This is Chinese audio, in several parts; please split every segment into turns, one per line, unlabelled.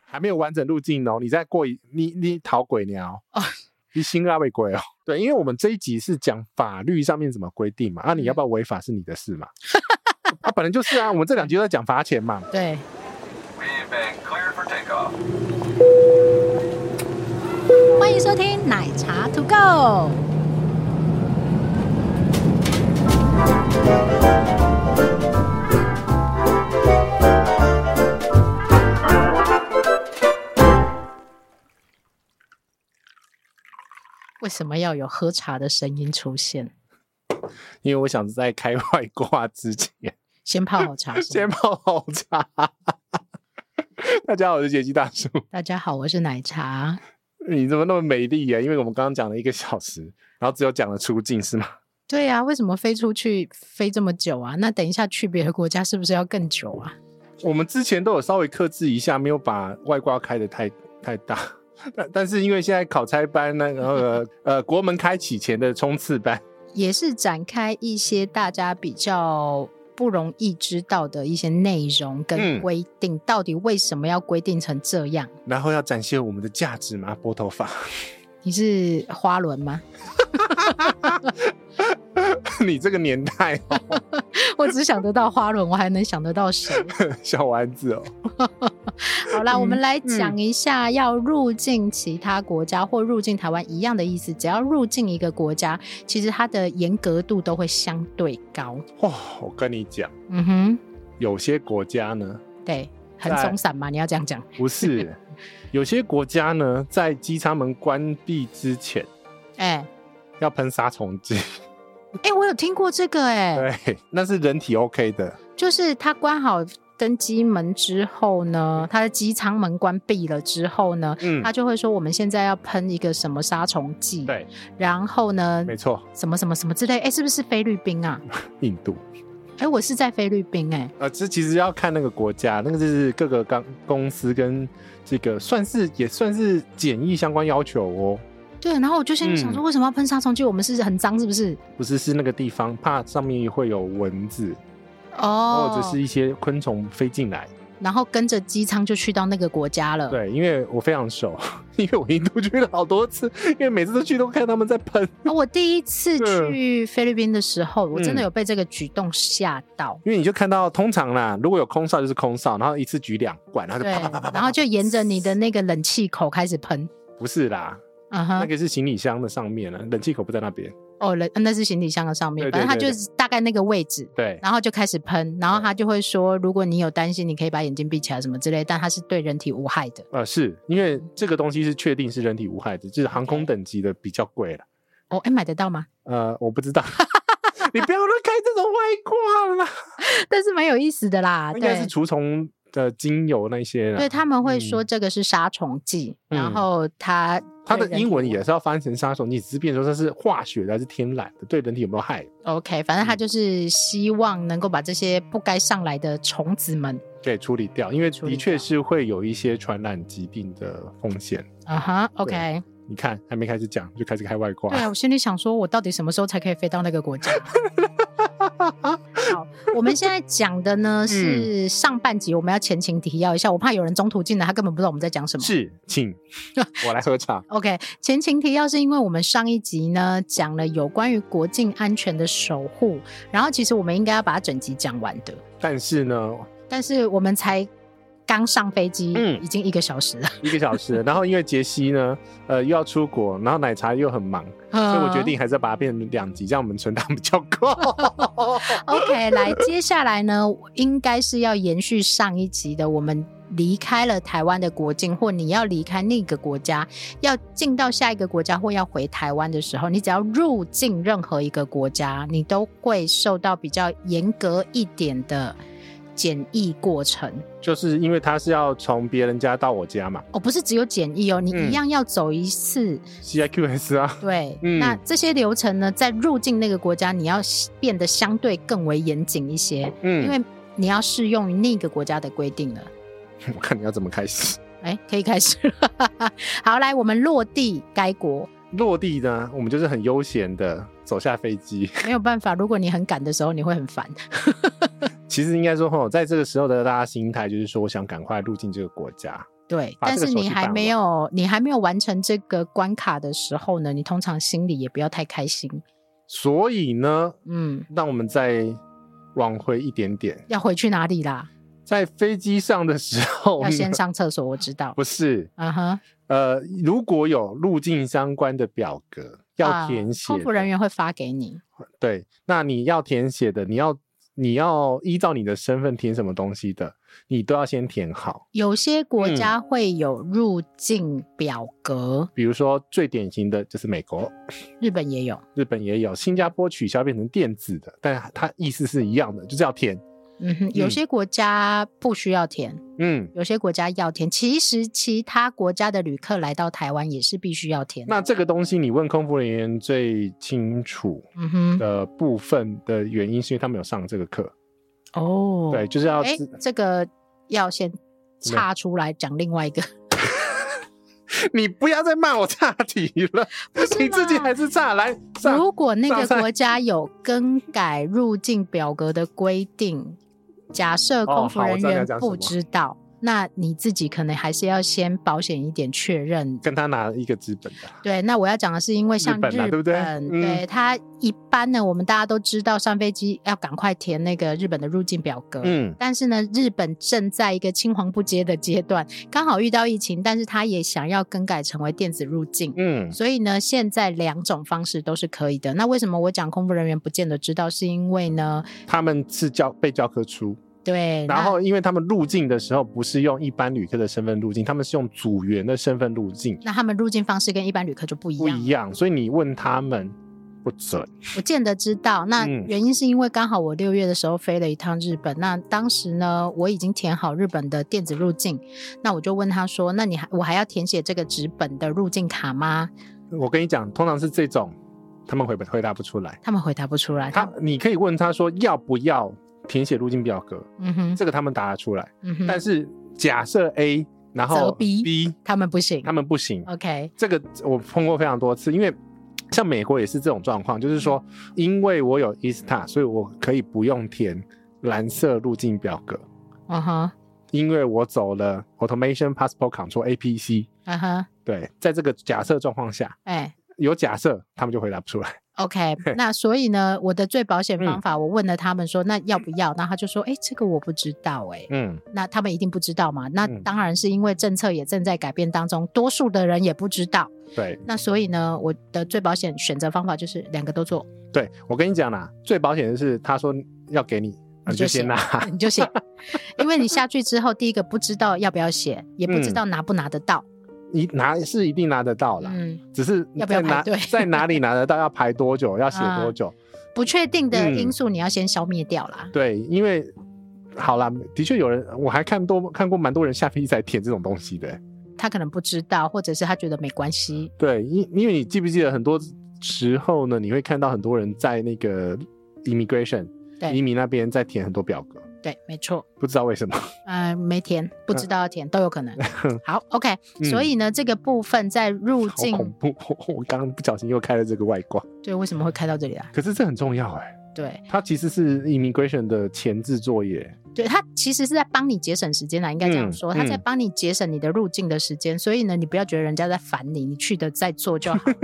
还没有完整路径哦，你再过一你你逃鬼鸟，你心啊被鬼哦。对，因为我们这一集是讲法律上面怎么规定嘛，啊，你要不要违法是你的事嘛， 啊，本来就是啊，我们这两集都在讲罚钱嘛。
对，
We've been cleared for takeoff.
欢迎收听奶茶 To Go。为什么要有喝茶的声音出现？
因为我想在开外挂之前
先泡好茶
先
先。
泡好茶。 大家好，我是杰西大叔。
大家好，我是奶茶。
你怎么那么美丽啊呀、因为我们刚刚讲了一个小时，然后只有讲了出境是吗？
对呀、啊，为什么飞出去飞这么久啊？那等一下去别的国家是不是要更久啊？
我们之前都有稍微克制一下，没有把外挂开的太太大。但但是因为现在考差班那个呃国门开启前的冲刺班，
也是展开一些大家比较不容易知道的一些内容跟
嗯
规定，到底为什么要规定成这样？
然后要展现我们的价值嘛，拨头发。
你是花轮吗？
你这个年代 哦，
我只想得到花轮，我还能想得到谁？
小丸子哦，
好啦，我们
嗯
来讲一下，要入境其他国家或入境台湾一样的意思，只要入境一个国家，其实它的严格度都会相对高。
哇、我跟你讲，
嗯哼，
有些国家呢
对，很
在
松散嘛，你要这样讲。
不是，有些国家呢在机舱门关闭之前
哎、
要喷杀虫剂，
哎、我有听过这个哎、
对，那是人体 OK 的，
就是他关好登机门之后呢，他的机舱门关闭了之后呢，
嗯
他，就会说我们现在要喷一个什么杀虫剂，
对，
然后呢，
没错，嗯
什么什么什么之类，哎，是不是菲律宾啊？
印度。
哎，我是在菲律宾哎、
呃，这其实要看那个国家，那个就是各个刚公司跟这个算是也算是检疫相关要求哦，
对，然后我就心里想
嗯
说，为什么要喷杀虫剂？我们是很脏是不是？
不是是那个地方怕上面会有蚊子、
哦，
或者是一些昆虫飞进来。
然后跟着机舱就去到那个国家了。
对，因为我非常熟， 因为我印度去了好多次，因为每次都去都看他们在喷，
啊，我第一次
对
去菲律宾的时候，我真的
嗯
有被这个举动吓 到。
因为你就看到通常啦，如果有空少就是空少，然后一次举两罐，然后就
对
啪啪啪啪，啪，
然后就沿着你的那个冷气口开始喷。
不是啦，
嗯哼
那，个是行李箱的上面了，冷气口不在那边，
哦，人那是行李箱的上面，
对对
反正它
对
就是大概那个位置，
对。
然后就开始喷，然后他就会说，如果你有担心，你可以把眼睛闭起来什么之类，但它是对人体无害的。
呃，是因为这个东西是确定是人体无害的，就是航空等级的比较贵了。
哦，哎，买得到吗？
呃，我不知道， 你不要乱开这种外挂啦，
但是蛮有意思的啦，
应该是
对。
除虫的精油那些啦。
对他们会说
嗯
这个是杀虫剂，
嗯
然后它
它的
对人体
英文
无
也是要翻成杀手，你只是变成说它是化学的还是天然的，对人体有没有害？
OK，反
嗯
正他就是希望能够把这些不该上来的虫子们，
对，处理掉，因为
处理
的确
掉
是会有一些传染疾病的风险。
啊哈，OK，
你看，还没开始讲就开始开外挂
对，啊，我心里想说，我到底什么时候才可以飞到那个国家？好，我们现在讲 的
嗯
呢是上半集，我们要前情提要一下，我怕有人中途进来，他根本不知道我们在讲什么。
是， 请我来喝茶。
OK，前情提要是因为我们上一集呢讲了有关于国境安全的守护，然后其实我们应该要把它整集讲完的，
但是呢，
但是我们才刚上飞机，
嗯
已经一个小时了，
一个小 时，然后因为杰西呢，呃，又要出国，然后奶茶又很忙，
嗯
所以我决定还是要把它变成两集，这样我们存档比较 够。
OK，来，接下来呢，应该是要延续上一集的，我们离开了台湾的国境，或你要离开那个国家，要进到下一个国家，或要回台湾的时候，你只要入境任何一个国家，你都会受到比较严格一点的检疫过程。
就是因为他是要从别人家到我家嘛
哦，不是只有检疫哦，你
嗯
一样要走一次。
，CIQS 啊，
对，
嗯
那这些流程呢，在入境那个国家，你要变得相对更为严谨一些。因
嗯，
为你要适用于那个国家的规定了。
我看你要怎么开始。
哎，可以开始了。 好，来，我们落地该国。
落地呢，我们就是很悠闲的走下飞机。
没有办法，如果你很赶的时候，你会很烦。
其实应该说，吼，在这个时候的大家心态就是说，我想赶快入境这个国家，
对，
把
但
这个
是
手
你
续
还
办
没有你还没有完成这个关卡的时候呢，你通常心里也不要太开心，
所以呢，
嗯，
让我们再往回一点点，
要回去哪里啦？
在飞机上的时候呢，
要先上厕所，我知道。
哦 不是，
嗯哼，
呃，如果有入境相关的表格要
啊
填写的，
空服人员会发给你。
对，那你要填写的，你要你要依照你的身份填什么东西的，你都要先填好。
有些国
嗯
家会有入境表格，
比如说最典型的就是美国，
日本也有。
日本也有，新加坡取消变成电子的，但它意思是一样的，就是要填。
嗯哼，有
嗯
些国家不需要填，
嗯，
有些国家要填。其实其他国家的旅客来到台湾也是必须要填。
那这个东西你问空服人员最清楚
嗯哼，
的部分的原因，是因为他们有上这个课，
哦，
对，，就是要
哎
知，
这个要先
怎么样
岔出来讲另外一个，
你不要再骂我岔题了，你自己
吗
还是岔来岔
如果那
上
个
上
国家有更改入境表格的规定，假设
哦
空服
好我
人
知道你要
员
讲什
不
么
知道，那你自己可能还是要先保险一点确认。
跟他拿一个资本的，
对，那我要讲的是，因为像日
本啊对不对
本
嗯
对它一般呢，我们大家都知道上飞机要赶快填那个日本的入境表格。
嗯，
但是呢，日本正在一个青黄不接的阶段， 刚好遇到疫情，但是他也想要更改成为电子入境。
嗯，
所以呢，现在两种方式都是可以的。那为什么我讲空服人员不见得知道？是因为呢，
他们是教被教科书，
对，
然后因为他们入境的时候不是用一般旅客的身份入境，他们是用组员的身份入境，
那那他们入境方式跟一般旅客就不一
不
样，
一样，所以你问他们不准。
不见得知道。那
嗯
原因是因为刚好我六月的时候飞了一趟日本，那当时呢我已经填好日本的电子入境，那我就问他说：“那你还我还要填写这个纸本的入境卡吗
我跟你讲，通常是这种，他们回回答不出来？”。
他们回答不出来。
他你可以问他说要不要填写入境表格，
嗯哼，
这个他们答得出来。
嗯哼，
但是假设 A，然
则
后
B
B
他们不行。
他们不行，
OK，
这个我碰过非常多次，因为像美国也是这种状况，就是说，
嗯
因为我有 ESTA，所以我可以不用填蓝色入境表格，
嗯哼，
因为我走了 Automation Passport Control APC。
嗯哼，
对，在这个假设状况下，
哎、
有假设他们就回答不出来。
OK，那所以呢，我的最保险
嗯
方法，我问了他们说，那要不要？那他就说，哎、这个我不知道、诶哎，
嗯，
那他们一定不知道嘛？那
嗯
当然是因为政策也正在改变当中，多数的人也不知道。
对
那所以呢，我的最保险选择方法就是两个都做，
对，我跟你讲啦，最保险的是他说要给你，
你
你就
就
先
写
拿。
你就写，因为你下去之后，第一个不知道要不要写，也不知道拿不拿得到，
你拿是一定拿得嗯到啦，
嗯，
只是
要不要
在
排
哪
队
在哪里拿得到，要排多久，要写
啊
多久。
不确定的
嗯
因素你要先消灭掉啦。
对，因为好啦，的确有人，我还看多看过蛮多人下飞机才舔这种东西的。
他可能不知道，或者是他觉得没关系，
对，因因为你记不记得很多时候呢，你会看到很多人在那个 immigration
对
移民那边在填很多表格，
对，没错。
不知道为什么。
呃，没填，不知道要填、都有 可能。好，OK，、
嗯
所以呢，这个部分在入
好恐
境，
怖！我刚刚不小心又开了这个外挂，
对，为什么会开到这里来？
可是这很重要哎、
对，
它其实是 immigration 的前置作业。
对，它其实是在帮你节省时间啦，应该这样
嗯
说，它在
嗯
帮你节省你的入境的时间。所以呢，你不要觉得人家在烦你，你去的再做就好了。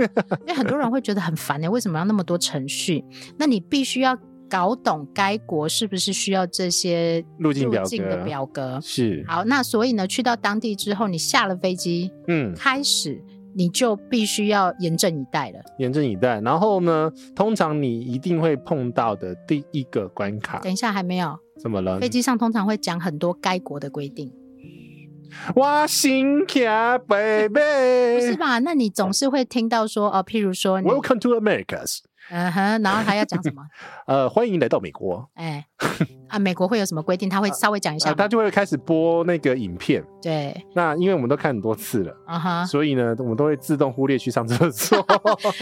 因为很多人会觉得很烦欸呢、为什么要那么多程序？那你必须要搞懂该国是不是需要这些
入境表
的
格
表格。
是，
好，那所以呢，去到当地之后，你下了飞机，
嗯，
开始你就必须要严阵以待了。
严阵以待。然后呢，通常你一定会碰到的第一个关卡
等，一下还没有，
怎么了？
飞机上通常会讲很多该国的规定，
我心卡北
不是
北。
吧？那你总是会听到说哦，譬如说你，
Welcome to Americas，
嗯哼，然后还要讲什么？
呃，欢迎来到美国。
哎，啊，美国会有什么规定？他会稍微讲一
啊，
下吗，
他就会开始播那个影片。
对，
那因为我们都看很多次了，
啊哈。
所以呢，我们都会自动忽略去上厕 所。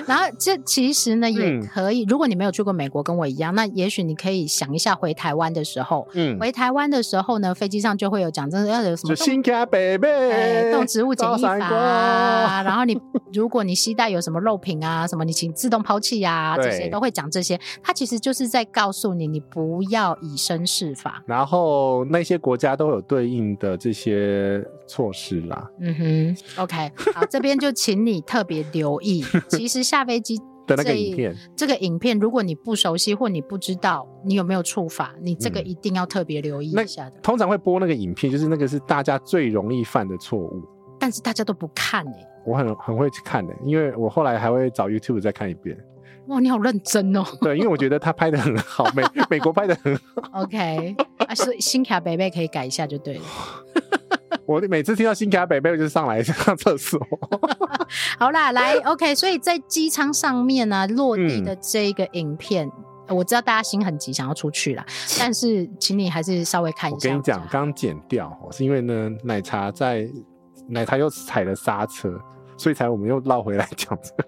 然后这其实呢也
嗯
可以，如果你没有去过美国，跟我一样，那也许你可以想一下回台湾的时候，
嗯，
回台湾的时候呢，飞机上就会有讲，真的呃要有什
就
么动
心卡北
哎，
北，
动植物检疫
招
法
三
啊，然后 你如果你携带有什么肉品啊，什么你请自动抛弃啊，这些
对
都会讲这些。它其实就是在告诉你，你不要照以身试法。
然后那些国家都有对应的这些措施啦。
嗯哼，OK，好，这边就请你特别留意。其实下飞机
的那
这
个影片，
这个影片，如果你不熟悉或你不知道你有没有触法，你这个
嗯
一定要特别留意
那
一下的。
通常会播那个影片，就是那个是大家最容易犯的错误。
但是大家都不看哎、
我很很会去看的、因为我后来还会找 YouTube 再看一遍。
哇，你好认真哦。
对，因为我觉得他拍的很好，美美国拍的很好。
OK，啊，所以新卡北北可以改一下就对了。
我每次听到新卡北贝，我就上来上厕 所。
好啦， 来 OK，所以在机舱上面呢、落地
嗯
的这一个影片。呃我知道大家心很急，想要出去啦，但是请你还是稍微看
我
一下。
跟你讲，刚剪掉哦是因为呢，奶茶在奶茶又踩了刹车，所以才我们又绕回来讲这个。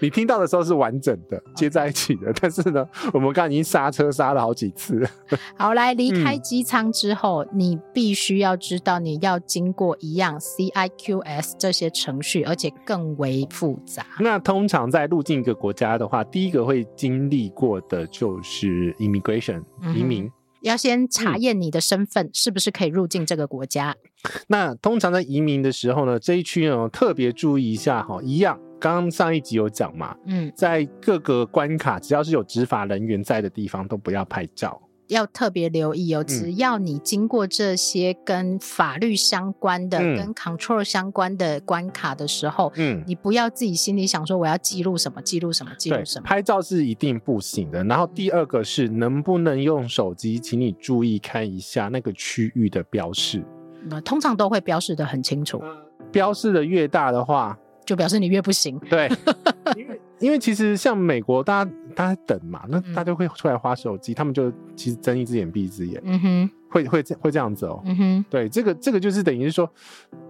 你听到的时候是完整的，接在一起的，但是呢，我们刚刚已经刹车刹了好几次了。
好，来离
嗯
开机舱之后，你必须要知道你要经过一样 CIQS 这些程序，而且更为复杂。
那通常在入境一个国家的话，第一个会经历过的就是 immigration
嗯哼
移民。
要先查
嗯
验你的身份是不是可以入境这个国家。
那通常在移民的时候呢，这一区呢特别注意一下哈，一样，刚刚上一集有讲嘛，
嗯，
在各个关卡只要是有执法人员在的地方都不要拍照。
要特别留意
嗯
哦，只要你经过这些跟法律相关的、
嗯
跟 control 相关的关卡的时候，
嗯，
你不要自己心里想说我要记录什么、记录什么、记
对
录什，么。嗯
拍照是一定不行的。然后第二个是能不能用手机，请你注意看一下那个区域的标示，
呃通常都会标示的很清楚，
标示的越大的话，
就表示你越不行。
对，因为因为其实像美国，大家大家等嘛，那
嗯
大家会出来花手机，他们就其实睁一只眼闭一只眼，
嗯哼，
会会这会这样子哦。
嗯哼。
对，这个这个就是等于是说，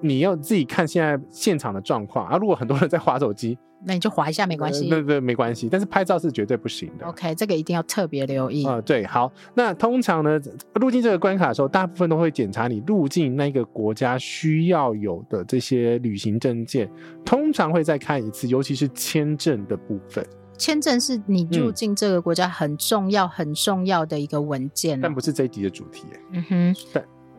你要自己看现在现场的状况啊。如果很多人在划手机，
那你就划一下没关系
呃。对对，没关系。但是拍照是绝对不行的。
OK，这个一定要特别留意。
呃，对，好，那通常呢，入境这个关卡的时候，大部分都会检查你入境那个国家需要有的这些旅行证件，通常会再看一次，尤其是签证的部分，
签证是你
嗯
入境这个国家很重要、很重要的一个文件哦、
但不是这一集的主题，
嗯哼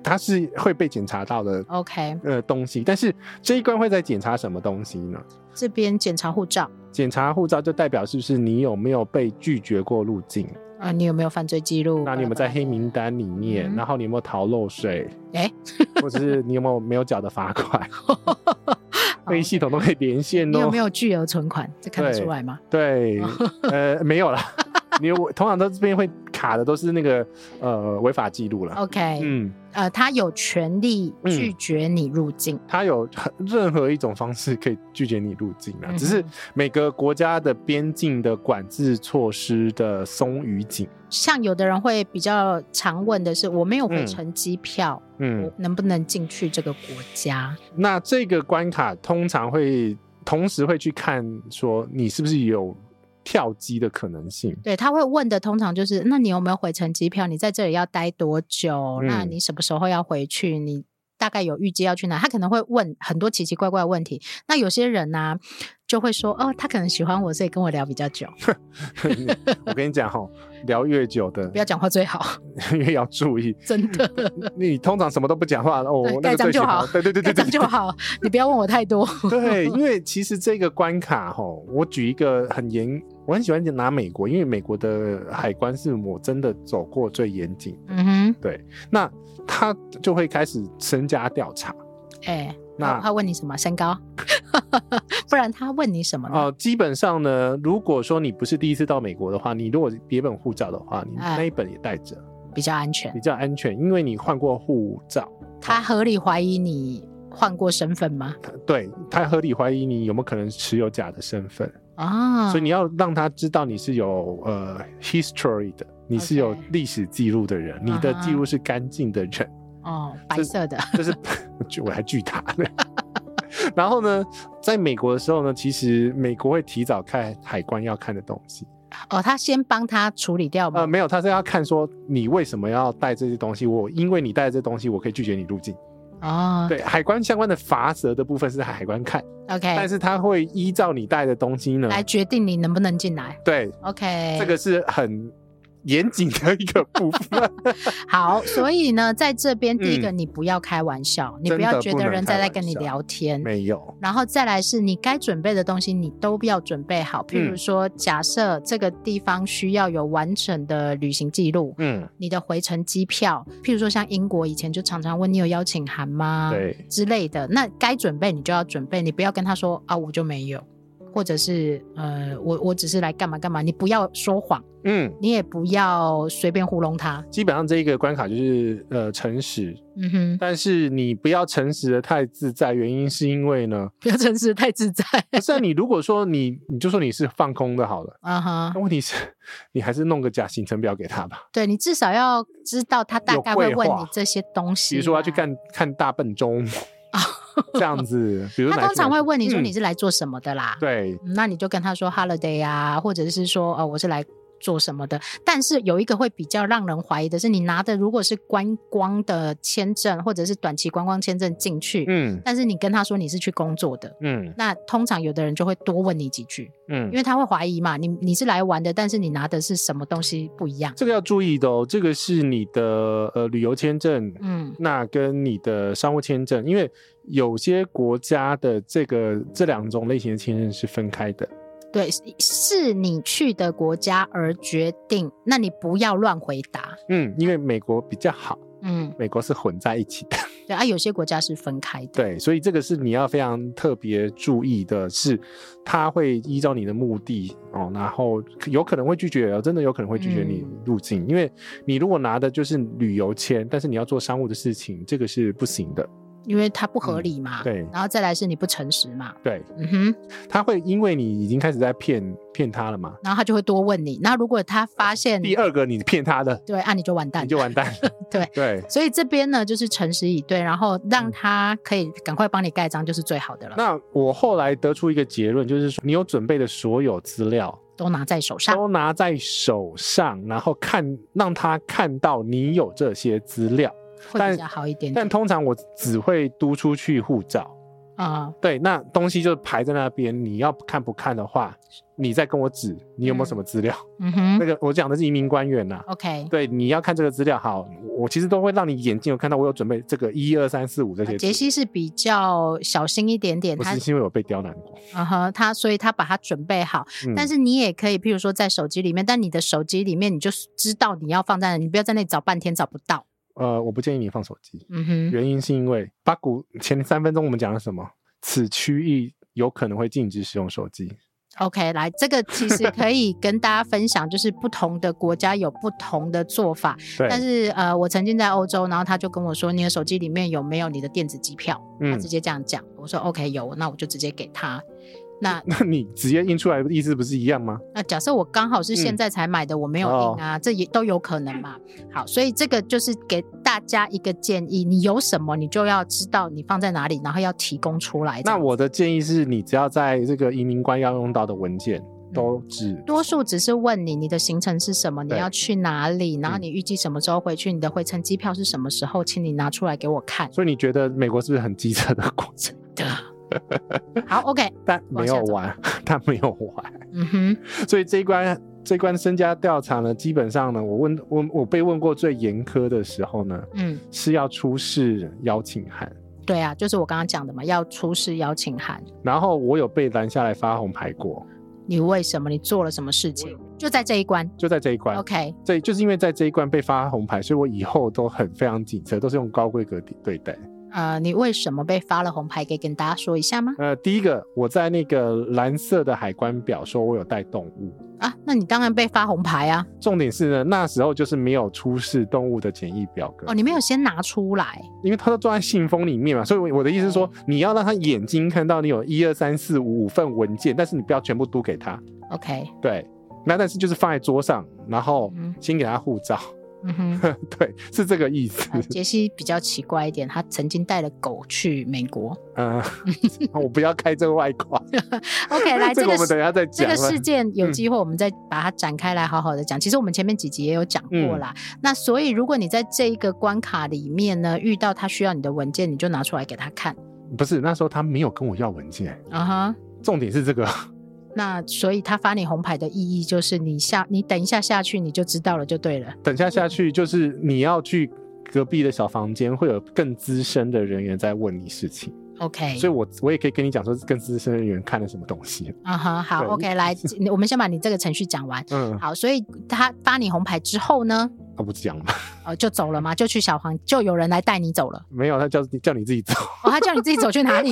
它是会被检查到的
，OK，
呃东西。但是这一关会在检查什么东西呢？
这边检查护照，
检查护照就代表是不是你有没有被拒绝过入境，
啊，你有没有犯罪记录？
那你有没有在黑名单里面，
嗯哎
然后你有没有逃漏税，
诶
或者是你有没有没有缴的罚款，
巴拉巴拉？
会议系统都可以连线
你
哦
有没。有巨额存款？这看得出来吗？
对，呃，没有啦。你我通常都这边会卡的都是那个呃违法记录了。
OK，、
嗯，
呃，他有权利
嗯
拒绝你入境。
他有很任何一种方式可以拒绝你入境啊，
嗯
只是每个国家的边境的管制措施的松与紧。
像有的人会比较常问的是，我没有回
嗯
程机票，
嗯
我，能不能进去这个国家？
那这个关卡通常会同时会去看说你是不是有跳机的可能 性。
对，他会问的通常就是，那你有没有回程机票？你在这里要待多久？那
嗯
你什么时候要回去？你大概有预计要去哪？他可能会问很多奇奇怪怪的问题。那有些人呢、就会说，哦，他可能喜欢我，所以跟我聊比较久，
我跟你讲哈、聊越久的
不要讲话最好，
越要注意。
真的，
你通常什么都不讲话哦
对，
那
盖
个
章
最喜
就
欢
好
对对对
这
对对
样就好，你不要问我太多。
对，因为其实这个关卡吼，我举一个很严，我很喜欢拿美国，因为美国的海关是我真的走过最严谨。
嗯哼，
那他就会开始身家调查。
哎、那
那
他问你什么身高？ 不然他问你什么呢？
哦、基本上呢，如果说你不是第一次到美国的话，你如果别本护照的话，你
哎
那一本也带着
比较安全
比。较安全，因为你换过护照，
他合理怀疑你换过身份吗？
他对他合理怀疑你有没有可能持有假的身份，
啊，
所以你要让他知道你是有呃 history 的，你是有
OK
历史记录的人你的
啊哈
记录是干净的人。
哦，白
这
色的。
就是 就我还巨他呢。 然后呢，在美国的时候呢，其实美国会提早看海关要看的东西。
哦，他先帮他处理掉吗？
呃，没有，他是要看说你为什么要带这些东西。我因为你带这东西，我可以拒绝你入境。呃
哦，
对，海关相关的罚则的部分是海关看，但
，OK，
是呃他会依照你带的东西呢，
来决定你能不能进来。
对，
OK，
这个是很严谨的一个部分。
好，所以呢，在这边第一个，你不要开玩笑，你不
嗯真
要
的
觉
不
得
能
人
开
家在
玩
跟你
笑
聊天。
没有，
然后再来是你该准备的东西，你都要准备好。譬如
嗯
说，假设这个地方需要有完整的旅行记录，
嗯，
你的回程机票，譬如说像英国以前就常常问你有邀请函吗？
对，
之类的，那该准备你就要准备，你不要跟他说啊我就没有，或者是呃我我只是来干嘛干嘛，你不要说谎，
嗯，
你也不要随便糊弄他。
基本上这一个关卡就是呃诚实，
嗯哼，
但是你不要诚实的太自在，原因是因为 呢，
不要真是太自在。
不是啊、你如果说你你就说你是放空的好了，
啊哈
那，问题是 你还是弄个假行程表给他吧，
对你至少要知道他大
有
概会
规
问
划
你这些东西啊。
比如说要去看看大笨 钟这样子，比如
他
哪一天
通常
哪
会
一
问你说
嗯
你是来做什么的啦，
对，
那你就跟他说 holiday 啊，或者是说呃我是来做什么的。但是有一个会比较让人怀疑的是，你拿的如果是观光的签证或者是短期观光签证进去，
嗯
但是你跟他说你是去工作的。
嗯
那通常有的人就会多问你几句，因
嗯，
为他会怀疑嘛，你你是来玩的，但是你拿的是什么东西不一样？
这个要注意的哦，这个是你的呃旅游签证，
嗯
那跟你的商务签证，因为有些国家的这个这两种类型的签证是分开的。
对，是是你去的国家而决定，那你不要乱回答。
嗯，因为美国比较好，
嗯，
美国是混在一起的，
对啊，有些国家是分开的。
对，所以这个是你要非常特别注意的是，它会依照你的目的哦，然后有可能会拒绝，哦真的有可能会拒绝你
嗯
入境，因为你如果拿的就是旅游签，但是你要做商务的事情，这个是不行的。
因为它不合理嘛。
嗯对
然后再来是你不诚实嘛。
对，
嗯哼，
他会因为你已经开始在骗骗他了嘛，
然后他就会多问你。那如果他发现
第二个你骗他的，
对，啊，你就完蛋。
你。就完蛋了
对
对，
所以这边呢，就是诚实以对，然后让他可以赶快帮你盖章，就是最好的了。
嗯那我后来得出一个结论，就是说你有准备的所有资料
都拿在手上，
都拿在手上，然后看让他看到你有这些资料。
会比较好一点
但
点。
通常我只会督出去护照。
啊，
对，那东西就排在那边，你要看不看的话，你再跟我指你有没有什么资料。
嗯
那
哼
个我讲的是移民官员呐、
，OK。
对，你要看这个资料，好，啊我其实都会让你眼睛有看到我有准备这个一二三四五这些资料。
啊杰西是比较小心一点点，
不
他
是是因为我被刁难过，
嗯哼，他所以他把它准备好，
嗯
但是你也可以，譬如说在手机里面，但你的手机里面你就知道你要放在哪，你不要在那里找半天找不到。
呃，我不建议你放手机，
嗯哼，
原因是因为八股前三分钟我们讲了什么？此区域有可能会禁止使用手机。
OK，来，这个其实可 以跟大家分享，就是不同的国家有不同的做法。
对，
但是呃，我曾经在欧洲，然后他就跟我说，你的手机里面有没有你的电子机票？他
嗯
直，接这样讲，我说 OK 有，那我就直接给他。那
那你直接印出来的意思不是一样吗？
那假设我刚好是现在才买的，我没有
嗯哦
印啊，这也都有可能嘛。好，所以这个就是给大家一个建议，你有什么你就要知道你放在哪里，然后要提供出来。这
那
样
我的建议是你只要在这个移民官要用到的文件
嗯
都只
多数只是问你你的行程是什么，你
对
要去哪里，然后
嗯
你预计什么时候回去，你的回程机票是什么时候，请你拿出来给我看。
所以你觉得美国是不是很机车的国家？
好，OK，
但
往
没
下
有
走
玩， 但没有玩，
嗯哼，
所以这一关这一关身家调查呢，基本上呢，我问我我被问过最严苛的时候呢，
嗯，
是要出示邀请函，
对啊，就是我刚刚讲的嘛，要出示邀请函，
然后我有被拦下来发红牌过，
你为什么，你做了什么事情，就在这一关。
就在这一关。
OK，
对，就是因为在这一关被发红牌，所以我以后都很非常谨慎，都是用高规格对待。
呃，你为什么被发了红牌？可以跟大家说一下吗？
呃，第一个，我在那个蓝色的海关表说我有带动物，
啊，那你当然被发红牌啊！
重点是呢，那时候就是没有出示动物的检疫表格
哦，，你没有先拿出来，
因为它都装在信封里面嘛，所以我我的意思是
哦
说，你要让他眼睛看到你有一二三四五五份文件，但是你不要全部都给他。
OK，
对，那但是就是放在桌上，然后
嗯
先给他护照，
嗯哼，
对，是这个意思。
呃杰西比较奇怪一点，他曾经带了狗去美国。
嗯， 我不要开这个外挂。
OK，来哎
这个
这个
我们
是
等一下再
这
讲吧。嗯
个事件有机会我们再把它展开来好好的讲。其实我们前面几集也有讲过
嗯
啦。那所以如果你在这一个关卡里面呢，遇到他需要你的文件，你就拿出来给他看。
不是那时候他没有跟我要文件，
啊哈，
重点是这个，
那所以他发你红牌的意义就是你下你等一下下去你就知道了就对了。
等下下去就是你要去隔壁的小房间，会有更资深的人员在问你事情，
OK，
所以我我也可以跟你讲说更资深人员看了什么东西。
啊哈，好
对
，OK，来，我们先把你这个程序讲完。
嗯，啊，
好，所以他发你红牌之后呢，
不讲了，
呃，就走了嘛，就去小黄，就有人来带你走了。
没有，他叫你叫你自己走
哦，他叫你自己走去哪里？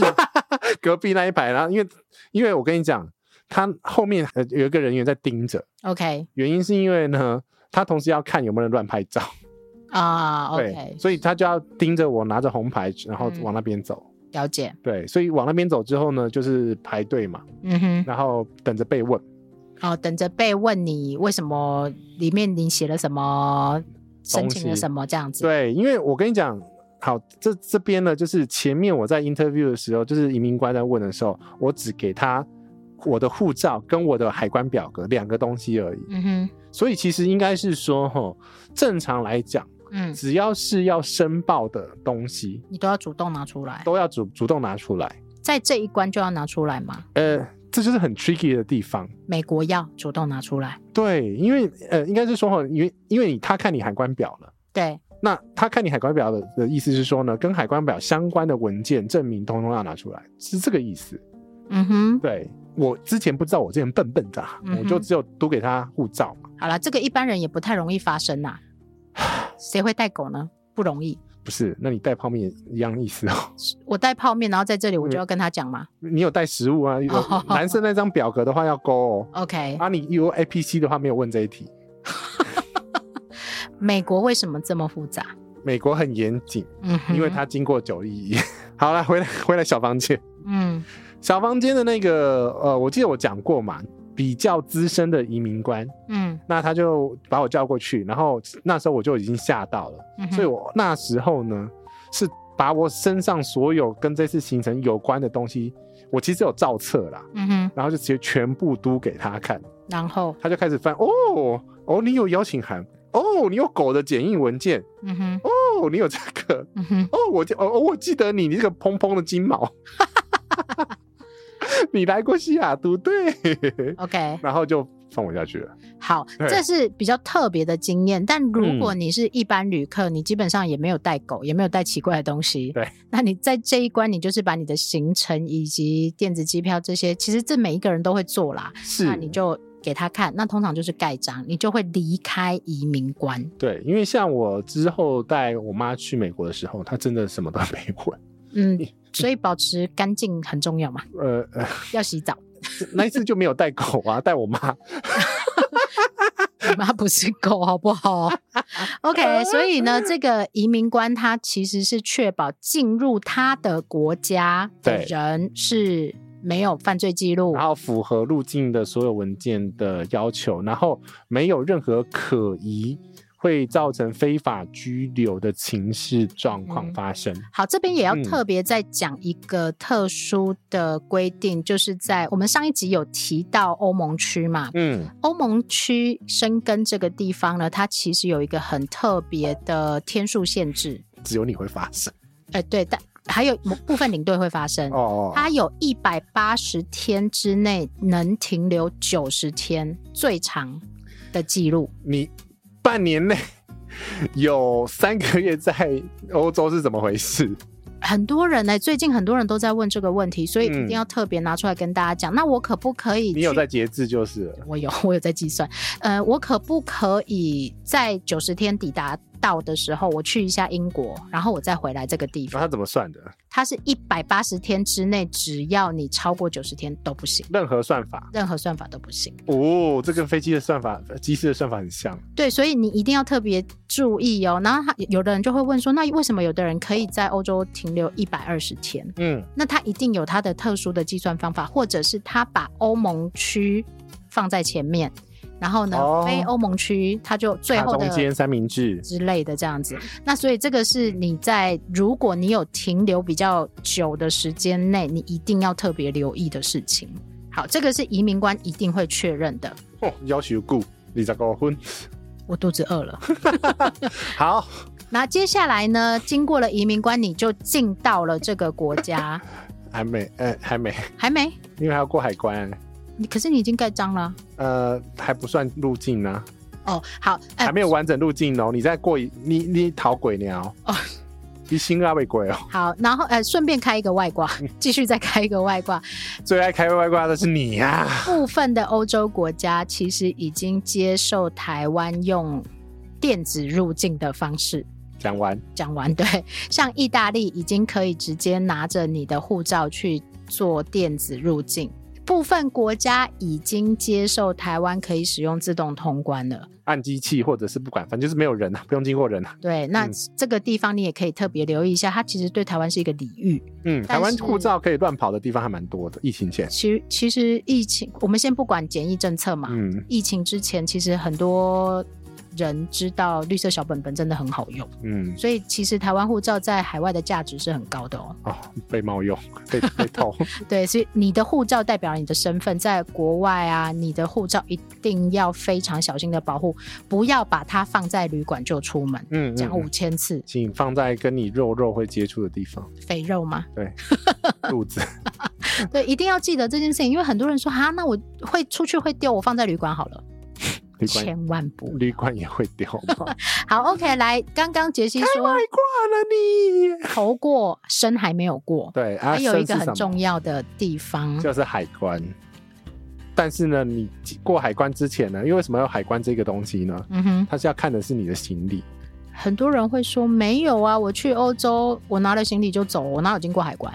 隔壁那一排，然后因为因为我跟你讲，他后面呃有一个人员在盯着，
OK
原因是因为呢，他同时要看有没有人乱拍照，
啊、o
对
k，
所以他就要盯着我拿着红牌，然后
嗯
往那边走。
了解。
对，所以往那边走之后呢，就是排队嘛，
嗯哼，
然后等着被 问。
哦，等着被问你为什么里面你写了什么，申
东
请了
西
什么这样子。
对，因为我跟你讲，好，这这边呢，就是前面我在 interview 的时候，就是移民官在问的时候，我只给他我的护照跟我的海关表格两个东西而已。
嗯哼，
所以其实应该是说，吼，正常来讲，
嗯，
只要是要申报的东西，
你都要主动拿出来，
都要主主动拿出来。
在这一关就要拿出来嘛。
呃，这就是很 tricky 的地方。
美国要主动拿出来，
对，因为呃，应该是说哈，因为因为你他看你海关表了，
对，
那他看你海关表的的意思是说呢，跟海关表相关的文件证明通通要拿出来，是这个意思。
嗯哼，
对我之前不知道，我之前笨笨的啊、
嗯哼
我就只有多给他护照嘛，
好了，这个一般人也不太容易发 生呐、谁会带狗呢？不容易。
不是？那你带泡面也一样意思哦。
我带泡面，然后在这里我就要跟他讲嘛。
你有带食物 啊？有
哦
蓝色那张表格的话要勾哦。
OK，、
啊，你 U A P C 的话没有问这一题，
美国为什么这么复杂？
美国很严谨，
嗯哼，
因为它经过九一一。 好了，回来回来小房间。
嗯
小房间的那个，呃，我记得我讲过嘛，比较资深的移民官，
嗯，
那他就把我叫过去，然后那时候我就已经吓到了，
嗯哼
所以我那时候呢是把我身上所有跟这次行程有关的东西，我其实有照册啦，
嗯哼，
然后就直接全部都给他看，
然后
他就开始翻，哦哦，你有邀请函，哦，你有狗的检疫文件，
嗯哼
哦，你有这个，
嗯哼，
哦，我记哦哦，我记得你，你这个蓬蓬的金毛， 你来过西雅图对，
OK，
然后就放我下去了。
好，
对嗯
这是比较特别的经验。但如果你是一般旅客，你基本上也没有带狗，也没有带奇怪的东西。
对，
那你在这一关，你就是把你的行程以及电子机票这些，其实这每一个人都会做啦。
是
那，你就给他看，那通常就是盖章，你就会离开移民关。
对，因为像我之后带我妈去美国的时候，她真的什么都没问。
嗯，所以保持干净很重要嘛，
呃，呃
要洗澡。
那一次就没有带狗啊，带我妈。
你妈不是狗，好不好
嗯
？OK，所以呢，这个移民官他其实是确保进入他的国家的
对
人是没有犯罪记录
然。后符合入境的所有文件的要求，然后没有任何可疑会造成非法拘留的情势状况
嗯
发生。
好，这边也要
嗯
特别再讲一个特殊的规定，就是在我们上一集有提到欧盟区嘛，
嗯，
欧盟区深根这个地方呢，它其实有一个很特别的天数限制。
只有你会发生。
呃，对，但还有某部分领队会发生，
哦
它有一百八十天之内能停留九十天，最长的记录。
你半年内有三个月在欧洲是怎么回事？
很多人呢、最近很多人都在问这个问题，所以一定
嗯
要特别拿出来跟大家讲。那我可不可以？
你有在节制就是了。
我有，我有在计算。呃，我可不可以在九十天抵达到的时候，我去一下英国，然后我再回来这个地
然
方？
后他怎么算的？
它是一百八十天之内，只要你超过九十天都不行，
任何算法
任何算法都不行。
哦，这跟飞机的算法、机师的算法很像。
对，所以你一定要特别注意哦。然后他有的人就会问说，那为什么有的人可以在欧洲停留一百二十天？
嗯，
那他一定有他的特殊的计算方法，或者是他把欧盟区放在前面，然后呢，
哦
非欧盟区他就最
它
后
中
的嗯
间三明治。
之类的这样子。那所以这个是你在如果你有停留比较久的时间内，你一定要特别留意的事情。好，这个是移民官一定会确认的。
哦，要求顾你在搞婚。
我肚子饿了。
好，
那接下来呢？经过了移民官，你就进 到了这个国家，
还没，呃，还没，
还没
因为还要过海关。
你可是你已经盖章了啊。
呃，还不算入境呢、
哦，好，哎、
还没有完整入境哦。你再过一，你你逃鬼鸟
哦，
你心啊被鬼哦，
好，然后呃，顺便开一个外挂， 继续再开一个外 挂。
最爱开外挂的是你呀、啊。
部分的欧洲国家其实已经接受台湾用电子入境的方式。
讲完，
讲完，对，像意大利已经可以直接拿着你的护照去做电子入境，部分国家已经接受台湾可以使用自动通关了。
按机器或者是不管，反正就是没有人啊，不用经过人啊。
对，那
嗯
这个地方你也可以特别留意一下，它其实对台湾是一个礼遇。
嗯，
但
台湾
是
护照可以乱跑的地方还蛮多的，疫情前。
其实其实疫情，我们先不管检疫政策嘛，
嗯
疫情之前其实很多人知道绿色小本本真的很好用，
嗯，
所以其实台湾护照在海外的价值是很高的哦。
哦，被冒用，被被 偷。
对，所以你的护照代表你的身份，在国外啊，你的护照一定要非常小心的保护，不要把它放在旅馆就出门，
嗯，嗯
讲
嗯
五千次，
请放在跟你肉肉会接触的地方，
肥肉吗？
肚 子。
对，一定要记得这件事情，因为很多人说哈，那我会出去会丢，我放在旅馆好了，
旅馆
千万不
旅馆也会丢 吧？
好。OK，来，刚刚杰西
太外挂
说
了你。
头过身还没有过，
对啊，
还有一
生
个
是什么
很重要的地方，
就是海关。但是呢，你过海关之前呢，因为为什么要海关这个东西呢？
嗯哼，
它是要看的是你的行李，
很多人会说没有啊，我去欧洲，我拿了行李就走，我哪有经过海关？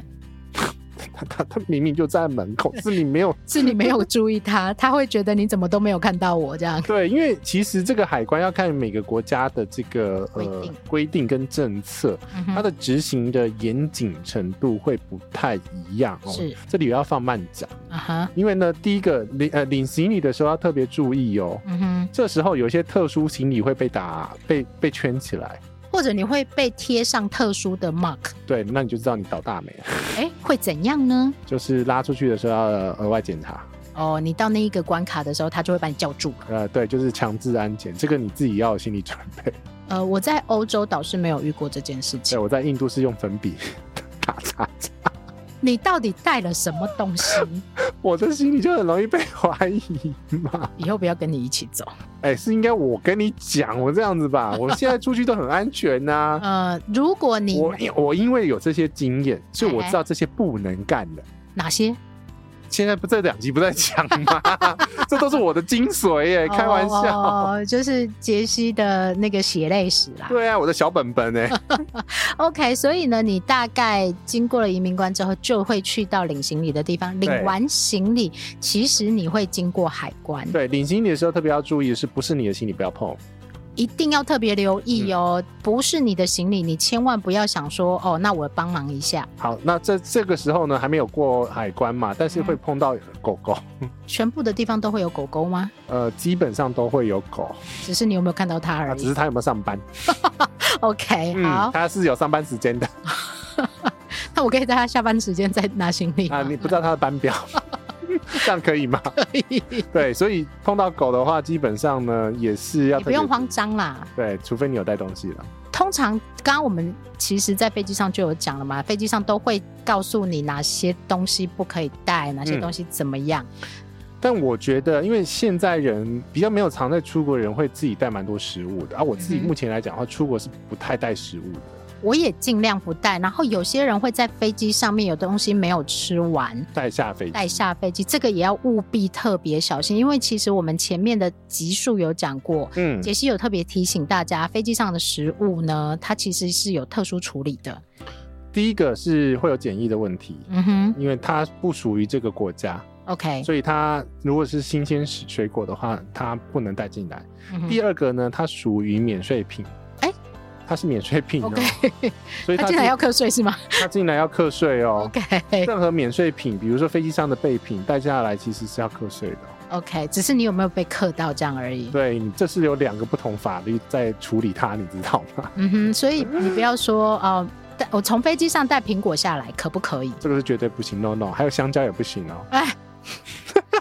它它它明明就在门口，是你没 有
是你没有注意他，他会觉得你怎么都没有看到我这样。
对，因为其实这个海关要看每个国家的这个
规
呃
定
规定跟政策，
嗯
它
哼
的执行的严谨程度会不太一样哦。
是，
这里要放慢讲，
啊哈，
因为呢，第一个领呃领行李的时候要特别注意哦。
嗯哼，
这时候有些特殊行李会被打被被圈起来，
或者你会被贴上特殊的 mark，
对，那你就知道你倒大霉了。
哎，会怎样呢？
就是拉出去的时候要呃额外检查，
哦，你到那一个关卡的时候，他就会把你叫住了。
呃，对，就是强制安检，这个你自己要有心理准备。
呃，我在欧洲倒是没有遇过这件事
对，
情。
我在印度是用粉笔 打叉，
你到底带了什么东 西？
我的心里就很容易被怀疑 嘛。
以后不要跟你一起 走。
哎，是应该我跟你讲，我这样子吧，我现在出去都很安全呐、
呃，如果 你
我我因为有这些经验，所以我知道这些不能干的。
哪些
现在不这两集不在讲吗？ 这都是我的精髓耶，开玩笑。
哦，就是杰西的那个血泪史啦。
对啊，我的小本本 哎，
OK，所以呢，你大概经过了移民关之后，就会去到领行李的地方。领
对
完行李，其实你会经过海关，
对，领行李的时候特别要注意的是，不是你的行李不要碰。
一定要特别留意
嗯
哦。不是你的行李，你千万不要想说哦，那我帮忙一下，
好，那这这个时候呢，还没有过海关嘛，但是会碰到狗狗，
全部的地方都会有狗狗吗？
呃，基本上都会有狗，
只是你有没有看到它
啊，
而
只
已。
是嗯它有没有上班？
OK，好，哎
它是有上班时 间的
那我可以在它下班时间再拿行李吗
啊，你不知道它的班 表，这样可以吗？对，所以碰到狗的话，基本上呢也是要
你
特
不
别
用慌张啦。
对，除非你有带东西了。
通常，刚刚我们其实，在飞机上就有讲了嘛，飞机上都会告诉你哪些东西不可以带，哪些
嗯
东西怎么样。
但我觉得，因为现在人比较没有常在出国，人会自己带蛮多食物的。啊，我自己
嗯哼
目前来讲的话，出国是不太带食物的。
我也尽量不带。然后有些人会在飞机上面有东西没有吃完。
带下飞机，
带下飞机，这个也要务必特别小心，因为其实我们前面的集数有讲过，
嗯，
杰西有特别提醒大家，飞机上的食物呢，它其实是有特殊处理的。
第一个是会有检疫的问题，
嗯哼
因为它不属于这个国家，
，OK。
所以它如果是新鲜食水果的话，它不能带进来。第
二，
二个呢，它属于免税品，
嗯哎
它是免税品哦
OK，
所以
他
它
进来要课税是吗
它进来要课税哦。
？OK
任何免税品，比如说飞机上的备品带下来，其实是要课税的哦。
OK，只是你有没有被克到这样而已。
对你，这是有两个不同法律在处理它，你知道吗？
嗯哼，所以你不要说哦，带我从飞机上带苹果下来可不可以？
这个是绝对不行，no no，还有香蕉也不行哦。
哎，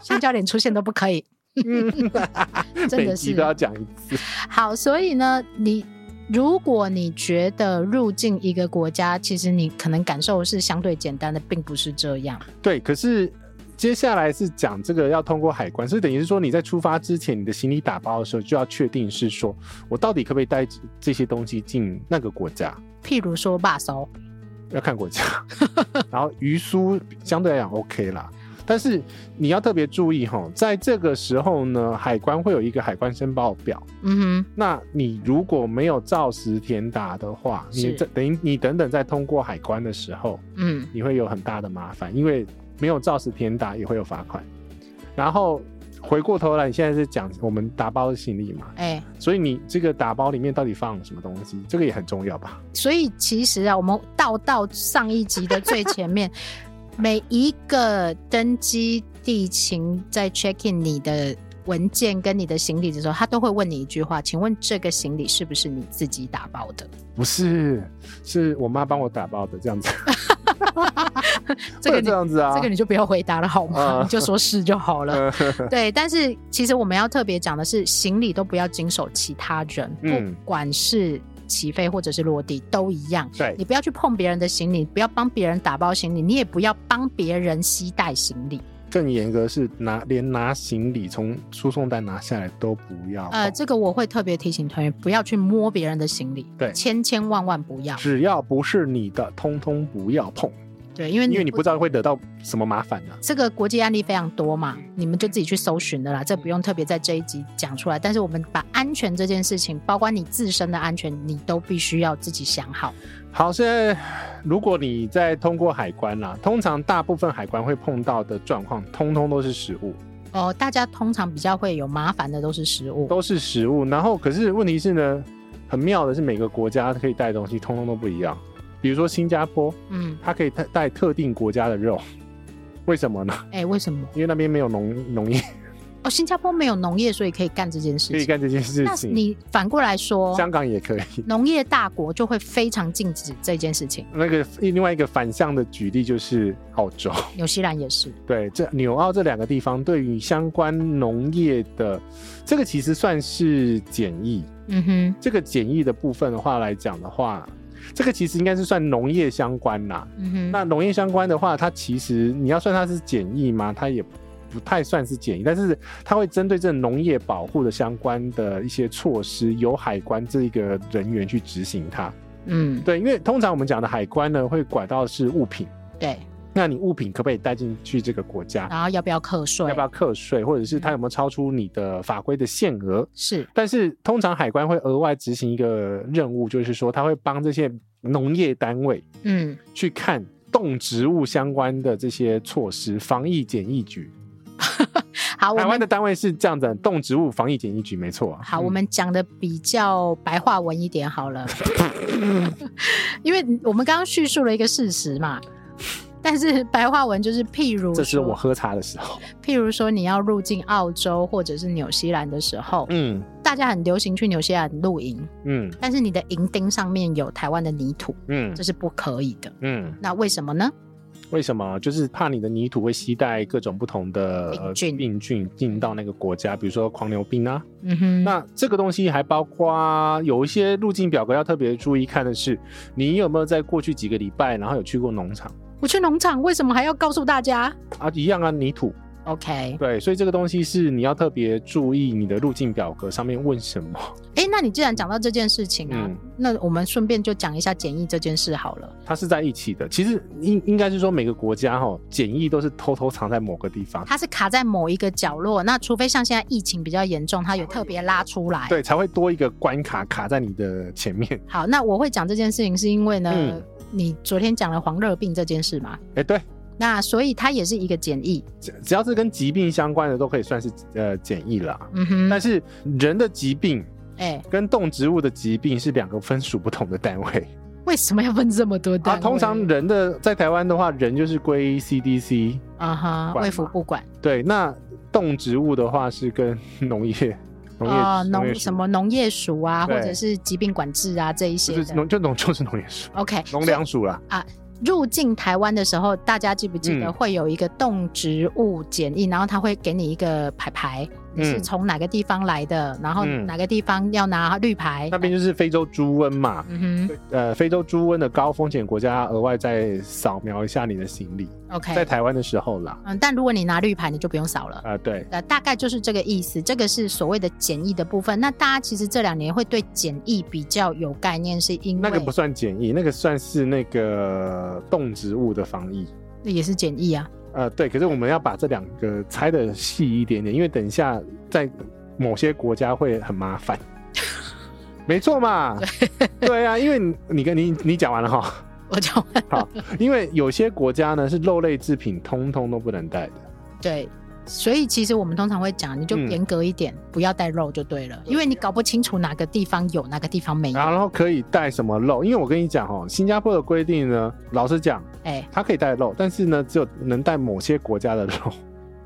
香蕉脸出现都不可以，
嗯
真
每
的
集
是
都要讲一次。
好，所以呢，你如果你觉得入境一个国家，其实你可能感受是相对简单的，并不是这样。
对，可是接下来是讲这个要通过海关，所以等于是说你在出发之前，你的行李打包的时候就要确定是说我到底可不可以带这些东西进那个国家，
譬如说霸手，
要看国家。 然后鱼酥相对来讲 OK 啦，但是你要特别注意哈，在这个时候呢，海关会有一个海关申报表。
嗯
那你如果没有照实填答的话，你
是
这等于你等等在通过海关的时候，
哼，嗯，
你会有很大的麻烦，因为没有照实填答也会有罚款。然后回过头来，你现在是讲我们打包的行李嘛，
哎、
所以你这个打包里面到底放了什么东西，这个也很重要吧？
所以其实啊，我们倒到上一集的最 前面，每一个登机地勤在 check in 你的文件跟你的行李的时候，他都会问你一句话：请问这个行李是不是你自己打包的？
不是，是我妈帮我打包的，这样子，
这个
会
你
这样子啊，
这个你就不要回答了好吗？
啊
你就说是就好了。
呃
对，但是其实我们要特别讲的是，行李都不要经手其他人，
嗯
不管是起飞或者是落地都一样。
对
你不要去碰别人的行李，不要帮别人打包行李，你也不要帮别人携带行李。
更严格是拿连拿行李从输送带拿下来都不要碰，
呃，这个我会特别提醒团员，不要去摸别人的行李，
对
千千万万不要。
只要不是你的，通通不要碰，
对，因为
因为你不知道会得到什么麻烦呢、啊
这个国际案例非常多嘛，
嗯
你们就自己去搜寻的啦，这不用特别在这一集讲出来。但是我们把安全这件事情，包括你自身的安全，你都必须要自己想好。
好，现在如果你在通过海关啦、通常大部分海关会碰到的状况，通通都是食物，
哦，大家通常比较会有麻烦的都是食物，
都是食物。然后，可是问题是呢，很妙的是，每个国家可以带的东西通通都不一样。比如说新加坡，
嗯，
它可以带带特定国家的肉，为什么呢？
哎、为什么？
因为那边没有农农业
哦，新加坡没有农业，所以可以干这件事
可以
情。
干这件事
那
情。
你反过来说，
香港也可以。
农业大国就会非常禁止这件事情，
那个另外一个反向的举例就是澳洲，
纽西兰也是。
对，这纽澳这两个地方对于相关农业的这个其实算是简易，
嗯哼，
这个简易的部分的话来讲的话，这个其实应该是算农业相关啦。
嗯哼，
那农业相关的话，它其实你要算它是简易吗？它也不太算是简易，但是它会针对这农业保护的相关的一些措施，由海关这个人员去执行它。
嗯，
对，因为通常我们讲的海关呢，会管到是物品，
对，
那你物品可不可以带进去这个国家？
然后要不要课税？
要不要课税，或者是
嗯
它有没有超出你的法规的限额？
是，
但是通常海关会额外执行一个任务，就是说他会帮这些农业单位
嗯，
去看动植物相关的这些措施，防疫检疫局。
好，我
台
们
湾的单位是这样子，动植物防疫检疫局没错啊。
好，
嗯
我们讲的比较白话文一点 好了，因为我们刚刚叙述了一个事实嘛，但是白话文就是譬如
这是
说
我喝茶的时候，
譬如说你要入境澳洲或者是纽西兰的时候，
嗯
大家很流行去纽西兰露营，
嗯
但是你的营钉上面有台湾的泥土，
嗯
这是不可以的。
嗯，
那为什么呢？
为什么？就是怕你的泥土会携带各种不同的呃
病菌
病菌进到那个国家，比如说狂牛病啊，
嗯哼，
那这个东西还包括有一些路径表格要特别注意看的是，你有没有在过去几个礼拜，然后有去过农场
我去农场为什么还要告诉大家
啊？一样啊，泥土
？OK，
对，所以这个东西是你要特别注意你的路径表格上面问什么。
哎、那你既然讲到这件事情啊，
嗯
那我们顺便就讲一下检疫这件事好了。
它是在一起的，其实应应该是说每个国家哈、检疫都是偷偷藏在某个地方，
它是卡在某一个角落，那除非像现在疫情比较严重，它有特别拉出来。
对，才会多一个关卡卡在你的前面。
好，那我会讲这件事情是因为呢，
嗯
你昨天讲了黄热病这件事嘛，
哎，对，
那所以它也是一个检疫。
只只要是跟疾病相关的都可以算是呃检疫啦。
嗯哼，
但是人的疾病
哎、
跟动植物的疾病是两个分属不同的单位。
为什么要分这么多单
啊，
位？
通常人的在台湾的话，人就是归 CDC，
啊哈，
管嘛
卫福部管
对，那动植物的话是跟农业、农业、
啊，
农业
农
署
什么农业署啊，
对
或者是疾病管制啊这一些
就是
的。
农就农就是农业署、
OK，
农粮署啦。
入境台湾的时候，大家记不记得
嗯
会有一个动植物检疫，然后它会给你一个牌牌，你是
嗯
从哪个地方来的，然后
嗯
哪个地方要拿绿牌，
那边就是非洲猪瘟嘛，
嗯
呃，非洲猪瘟的高风险国家，额外再扫描一下你的行李，
哼，OK，
在台湾的时候啦，
嗯，但如果你拿绿牌，你就不用扫了。
啊、对，
呃，大概就是这个意思，这个是所谓的简易的部分。那大家其实这两年会对简易比较有概念，是因为
那个不算检疫，那个算是那个动植物的防疫。
那也是简易啊。
呃，对，可是我们要把这两个拆的细一点点，因为等一下在某些国家会很麻 烦。没错嘛，对啊，因为你你跟你你讲完了哈，
我就
因为有些国家呢是肉类制品通通都不能带的，
对，所以其实我们通常会讲，你就
嗯
严格一点，不要带肉就对了，因为你搞不清楚哪个地方有，哪个地方没有。
然后可以带什么肉？因为我跟你讲哦，新加坡的规定呢，老实讲，
哎，
它可以带肉，但是呢，只有能带某些国家的肉。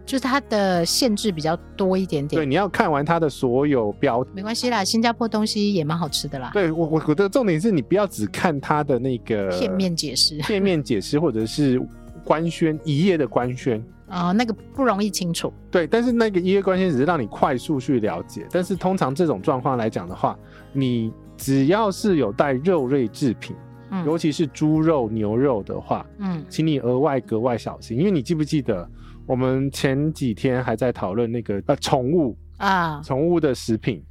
就是它的限制比较多一点
对，
点。
你要看完它的所有标
没关系啦，新加坡东西也蛮好吃的啦。
对我我我的重点是你不要只看它的那个
片面解释
片面解释或者是官宣一页的官宣。
啊、那个不容易清楚。
对，但是那个一页官宣只是让你快速去了解，但是通常这种状况来讲的话，你只要是有带肉类制品，
嗯
尤其是猪肉、牛肉的话，
嗯，
请你额外格外小心，因为你记不记得我们前几天还在讨论那个呃宠物
啊，
宠物的食品，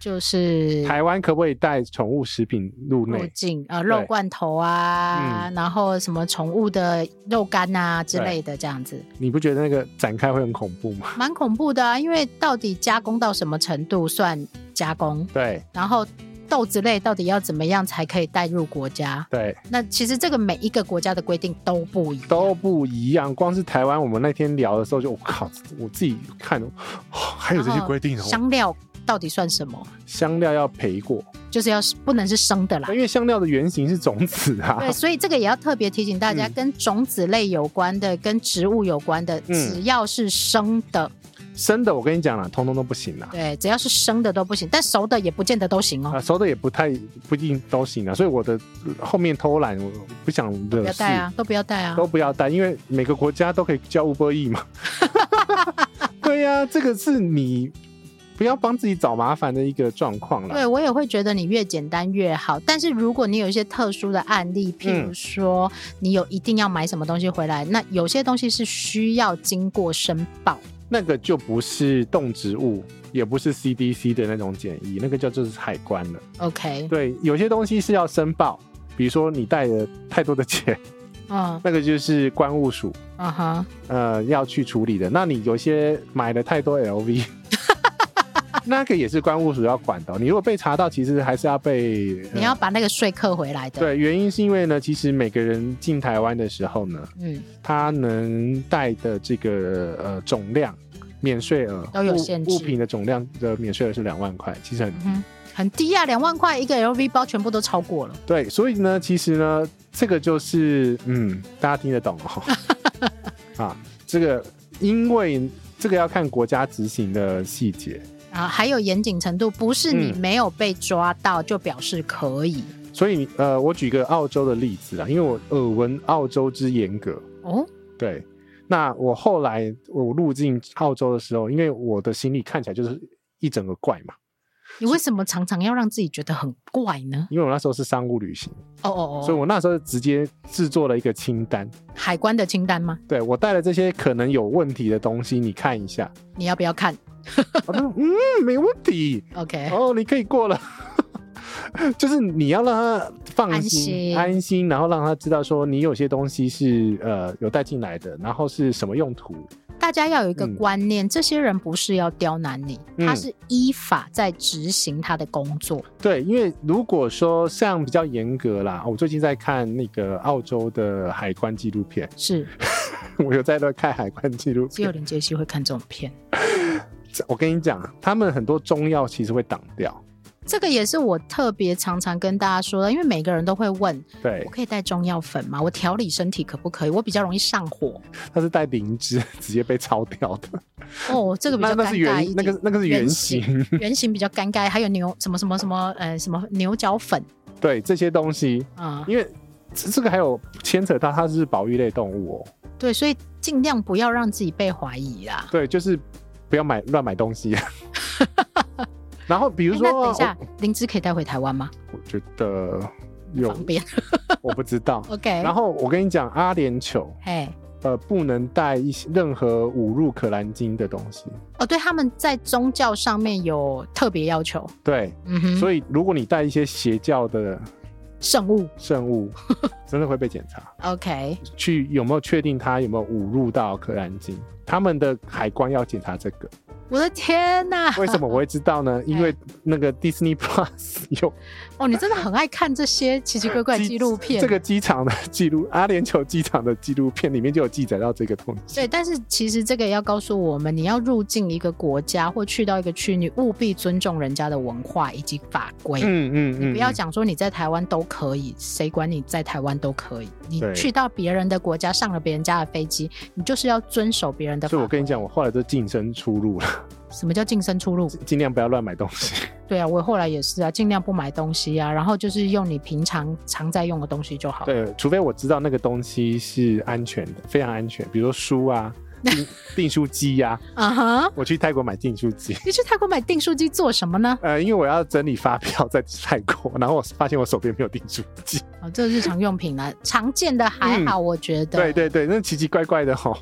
就是
台湾可不可以带宠物食品入
入
内？
境啊，肉
对嗯
罐头啊，然后什么宠物的肉干啊之类的，这样子
你不觉得那个展开会很恐怖吗？
蛮恐怖的啊。因为到底加工到什么程度算加工，
对
然后豆子类到底要怎么样才可以带入国家？
对，
那其实这个每一个国家的规定都不一样，
都不一样。光是台湾，我们那天聊的时候就，我靠，我自己看，哦、还有这些规定哦。
香料到底算什么？
香料要培过，
就是要是不能是生的啦
因。为香料的原型是种子啊。
对，所以这个也要特别提醒大家，
嗯
跟种子类有关的、跟植物有关的，
嗯
只要是生的，
生的我跟你讲了，通通都不行啦。
对，只要是生的都不行，但熟的也不见得都行
啊，
哦。
熟的也不太不一定都行啊。所以我的呃后面偷懒，我不想
不
惹
要
事，
带啊，都不要带啊
都。不要带，因为每个国家都可以叫 Uber E 嘛。对呀、这个是你不要帮自己找麻烦的一个状况啦。
对，我也会觉得你越简单越好。但是如果你有一些特殊的案例，譬
嗯
如说你有一定要买什么东西回来，那有些东西是需要经过申报。
那个就不是动植物，也不是 CDC 的那种检疫，那个叫就是海关了。
OK，
对，有些东西是要申报，比如说你带了太多的钱，
嗯
那个就是关务署
嗯哼，
呃要去处理的。那你有些买了太多 LV，那个也是关务署要管的哦、你如果被查到，其实还是要被、呃
你要把那个税扣回来的。，
对，原因是因为呢，其实每个人进台湾的时候呢，
嗯，
它能带的这个呃总量免税额
都有
物
限制
物品的总量的免税额是两万块，其实很、
嗯哼，很低啊，两万块一个 LV 包，全部都超过了。
对，所以呢，其实呢，这个就是嗯，大家听得懂 哦。啊，这个因为这个要看国家执行的细节，
啊，还有严谨程度，不是你
嗯
没有被抓到就表示可以、
所以呃，我举个澳洲的例子啊啦，因为我耳闻澳洲之严格，
哦。
对。那我后来我入境澳洲的时候，因为我的行李看起来就是一整个怪嘛，
你为什么常常要让自己觉得很怪呢？
因为我那时候是商务旅行，
哦哦
所以
哦，
我那时候直接制作了一个清单，
海关的清单吗？
对我带了这些可能有问题的东西，你看一下。
你要不要看
我就说嗯，没问题，
？OK，、
哦，你可以过了。 就是你要让他放心、
安心
安心，然后让他知道说你有些东西是呃有带进来的，然后是什么用途。
大家要有一个
嗯
观念，这些人不是要刁难你，他
嗯
是依法在执行他的工作。
对，因为如果说像比较严格啦，我最近在看那个澳洲的海关纪录片，
是，
我有在那看海关纪录
只有
片。
林杰西会看这种片，
我跟你讲，他们很多中药其实会挡掉。
这个也是我特别常常跟大家说的，因为每个人都会问，
对
我，可以带中药粉吗？我调理身体可不可以？我比较容易上火。
它是带灵芝 直接被抄掉的。
哦，这个比较
那那
尴
是
尬
圆
一，
那
点
个。那个是
圆
圆形。
原型比较尴尬，还有牛什么什么什么，呃，什么牛角粉
对这些东西，
啊、
因为这这个还有牵扯到它是保育类动物哦。
对，所以尽量不要让自己被怀疑啦。啊
对，就是不要买乱买东西。 然后比如
诶
说
哎那
啊，
等一下，灵芝可以带回台湾吗？
我我觉得 有
方便。
我不知道
，OK。
然后我跟你讲，阿联酋
哎，
呃不能带一些任何侮辱可兰经的东西。
哦，对，他们在宗教上面有特别要求，
对，
嗯哼，以
所以如果你带一些邪教的
圣物
圣 物，真的会被检查，
，OK，
去有没有确定他有没有侮辱到可兰经。他们的海关要检查这 个，
我的天呐、
为什么我会知道 呢？因
哎
为那个 Disney Plus 有
哦，你真的很爱看这些奇奇怪怪的纪录片。
这个机场的记录， 阿联酋机场的纪录片里面就有记载到这个东西。
对，但是其实这个要告诉我们，你要入境一个国家或去到一个区，你务必尊重人家的文化以及法规。
嗯嗯
你不要讲说你在台湾都可以，谁管你在台湾都可以。你
对
去到别人的国家，上了别人家的飞机，你就是要遵守别人的法
所以
规。
我跟你讲，我后来都净身出路了，
什么叫净身出路？
尽量不要乱买东西。
对啊，我后来也是啊，尽量不买东西啊，然后就是用你平常常在用的东西就好。
对，除非我知道那个东西是安全的，非常安全，比如说书啊、订订书机呀、
啊哈，
我去泰国买订书机，
你去泰国买订书机做什么呢？
呃，因为我要整理发票 在泰国，然后我发现我手边没有订书机。
哦，这日常用品啦，常见的还好，我觉
嗯
得。
对对对，那奇奇怪怪的吼，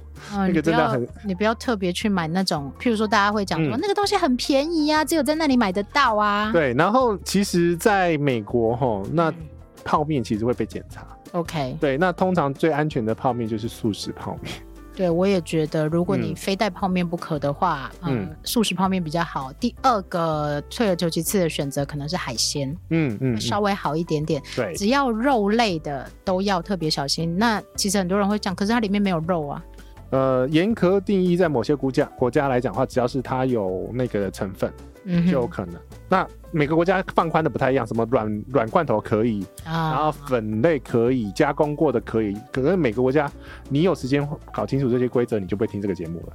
那
嗯，
个
你不
真的
要
很
你不要特别去买那种，譬如说大家会讲说、
嗯
那个东西很便宜啊，只有在那里买得到啊。
对，然后其实在美国吼，那
嗯
泡面其实会被检查。
，OK，
对，那通常最安全的泡面就是素食泡面。
对我也觉得，如果你
嗯
非带泡面不可的话，嗯，
嗯
素食泡面比较好。第二个退而求其次的选择可能是海鲜，
嗯嗯，
会
嗯
稍微好一点点。
对
只要肉类的都要特别小心。那其实很多人会讲，可是它里面没有肉啊。
呃，严格定义，在某些国家国家来讲的话，只要是它有那个成分，
嗯
就有
哼，
可能。那每个国家放宽的不太一样，什么软软罐头可以，然
啊，
后粉类可以，加工过的可以。可是每个国家，你有时间搞清楚这些规则，你就不会听这个节目 了，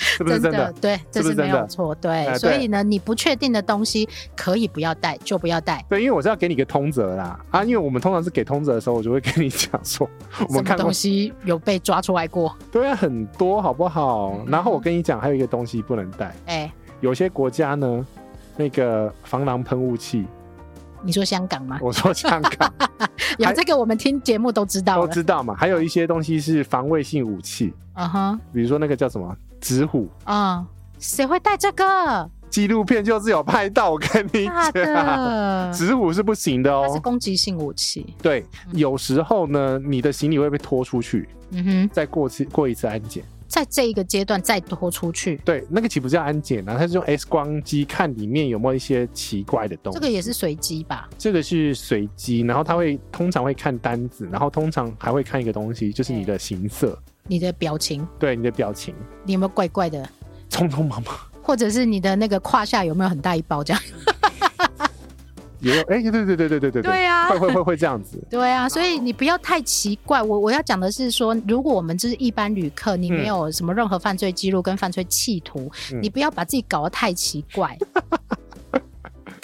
是不是真的？
对，这
是不
是
是
没
真的
有错，对。
哎
所
对
以呢，你不确定的东西可以不要带就不要带。
对，因为我是要给你一个通则啦啊，因为我们通常是给通则的时候，我就会跟你讲说， 我
什
们
么
看过
东西有被抓出来过？
对啊很多好不好
嗯？
然后我跟你讲，还有一个东西不能带，
哎，
有些国家呢，那个防狼喷雾器，
你说香港吗？
我说香 港
有
还
这个，我们听节目都知道
都
了。
知道嘛，还有一些东西是防卫性武器，
嗯哼，
比如说那个叫什么纸虎，
嗯，谁会带这个？
纪录片就是有拍到，我跟你
大
讲，
的，
纸虎啊是不行的
它是嗯
哦。
攻击性武器。
对，有时候呢，你的行李会被拖出去，
嗯哼，
再过次过一次安检。
在这一个阶段再拖出去，
对，那个岂不叫安检啊？它是用 X 光机看里面有没有一些奇怪的东西。
这个也是随机吧？
这个是随机，然后它会通常会看单子，然后通常还会看一个东西，就是你的形色，
你的表情，
对你的表情，
你有没有怪怪的？
匆匆忙忙
或者是你的那个胯下有没有很大一包 这样？
也有，哎、对对对对对对对
对啊
会会会会这样子，
对啊，所以你不要太奇怪。我我要讲的是说，如果我们就是一般旅客，你没有什么任何犯罪记录跟犯罪企图，
嗯
你不要把自己搞得太奇 怪，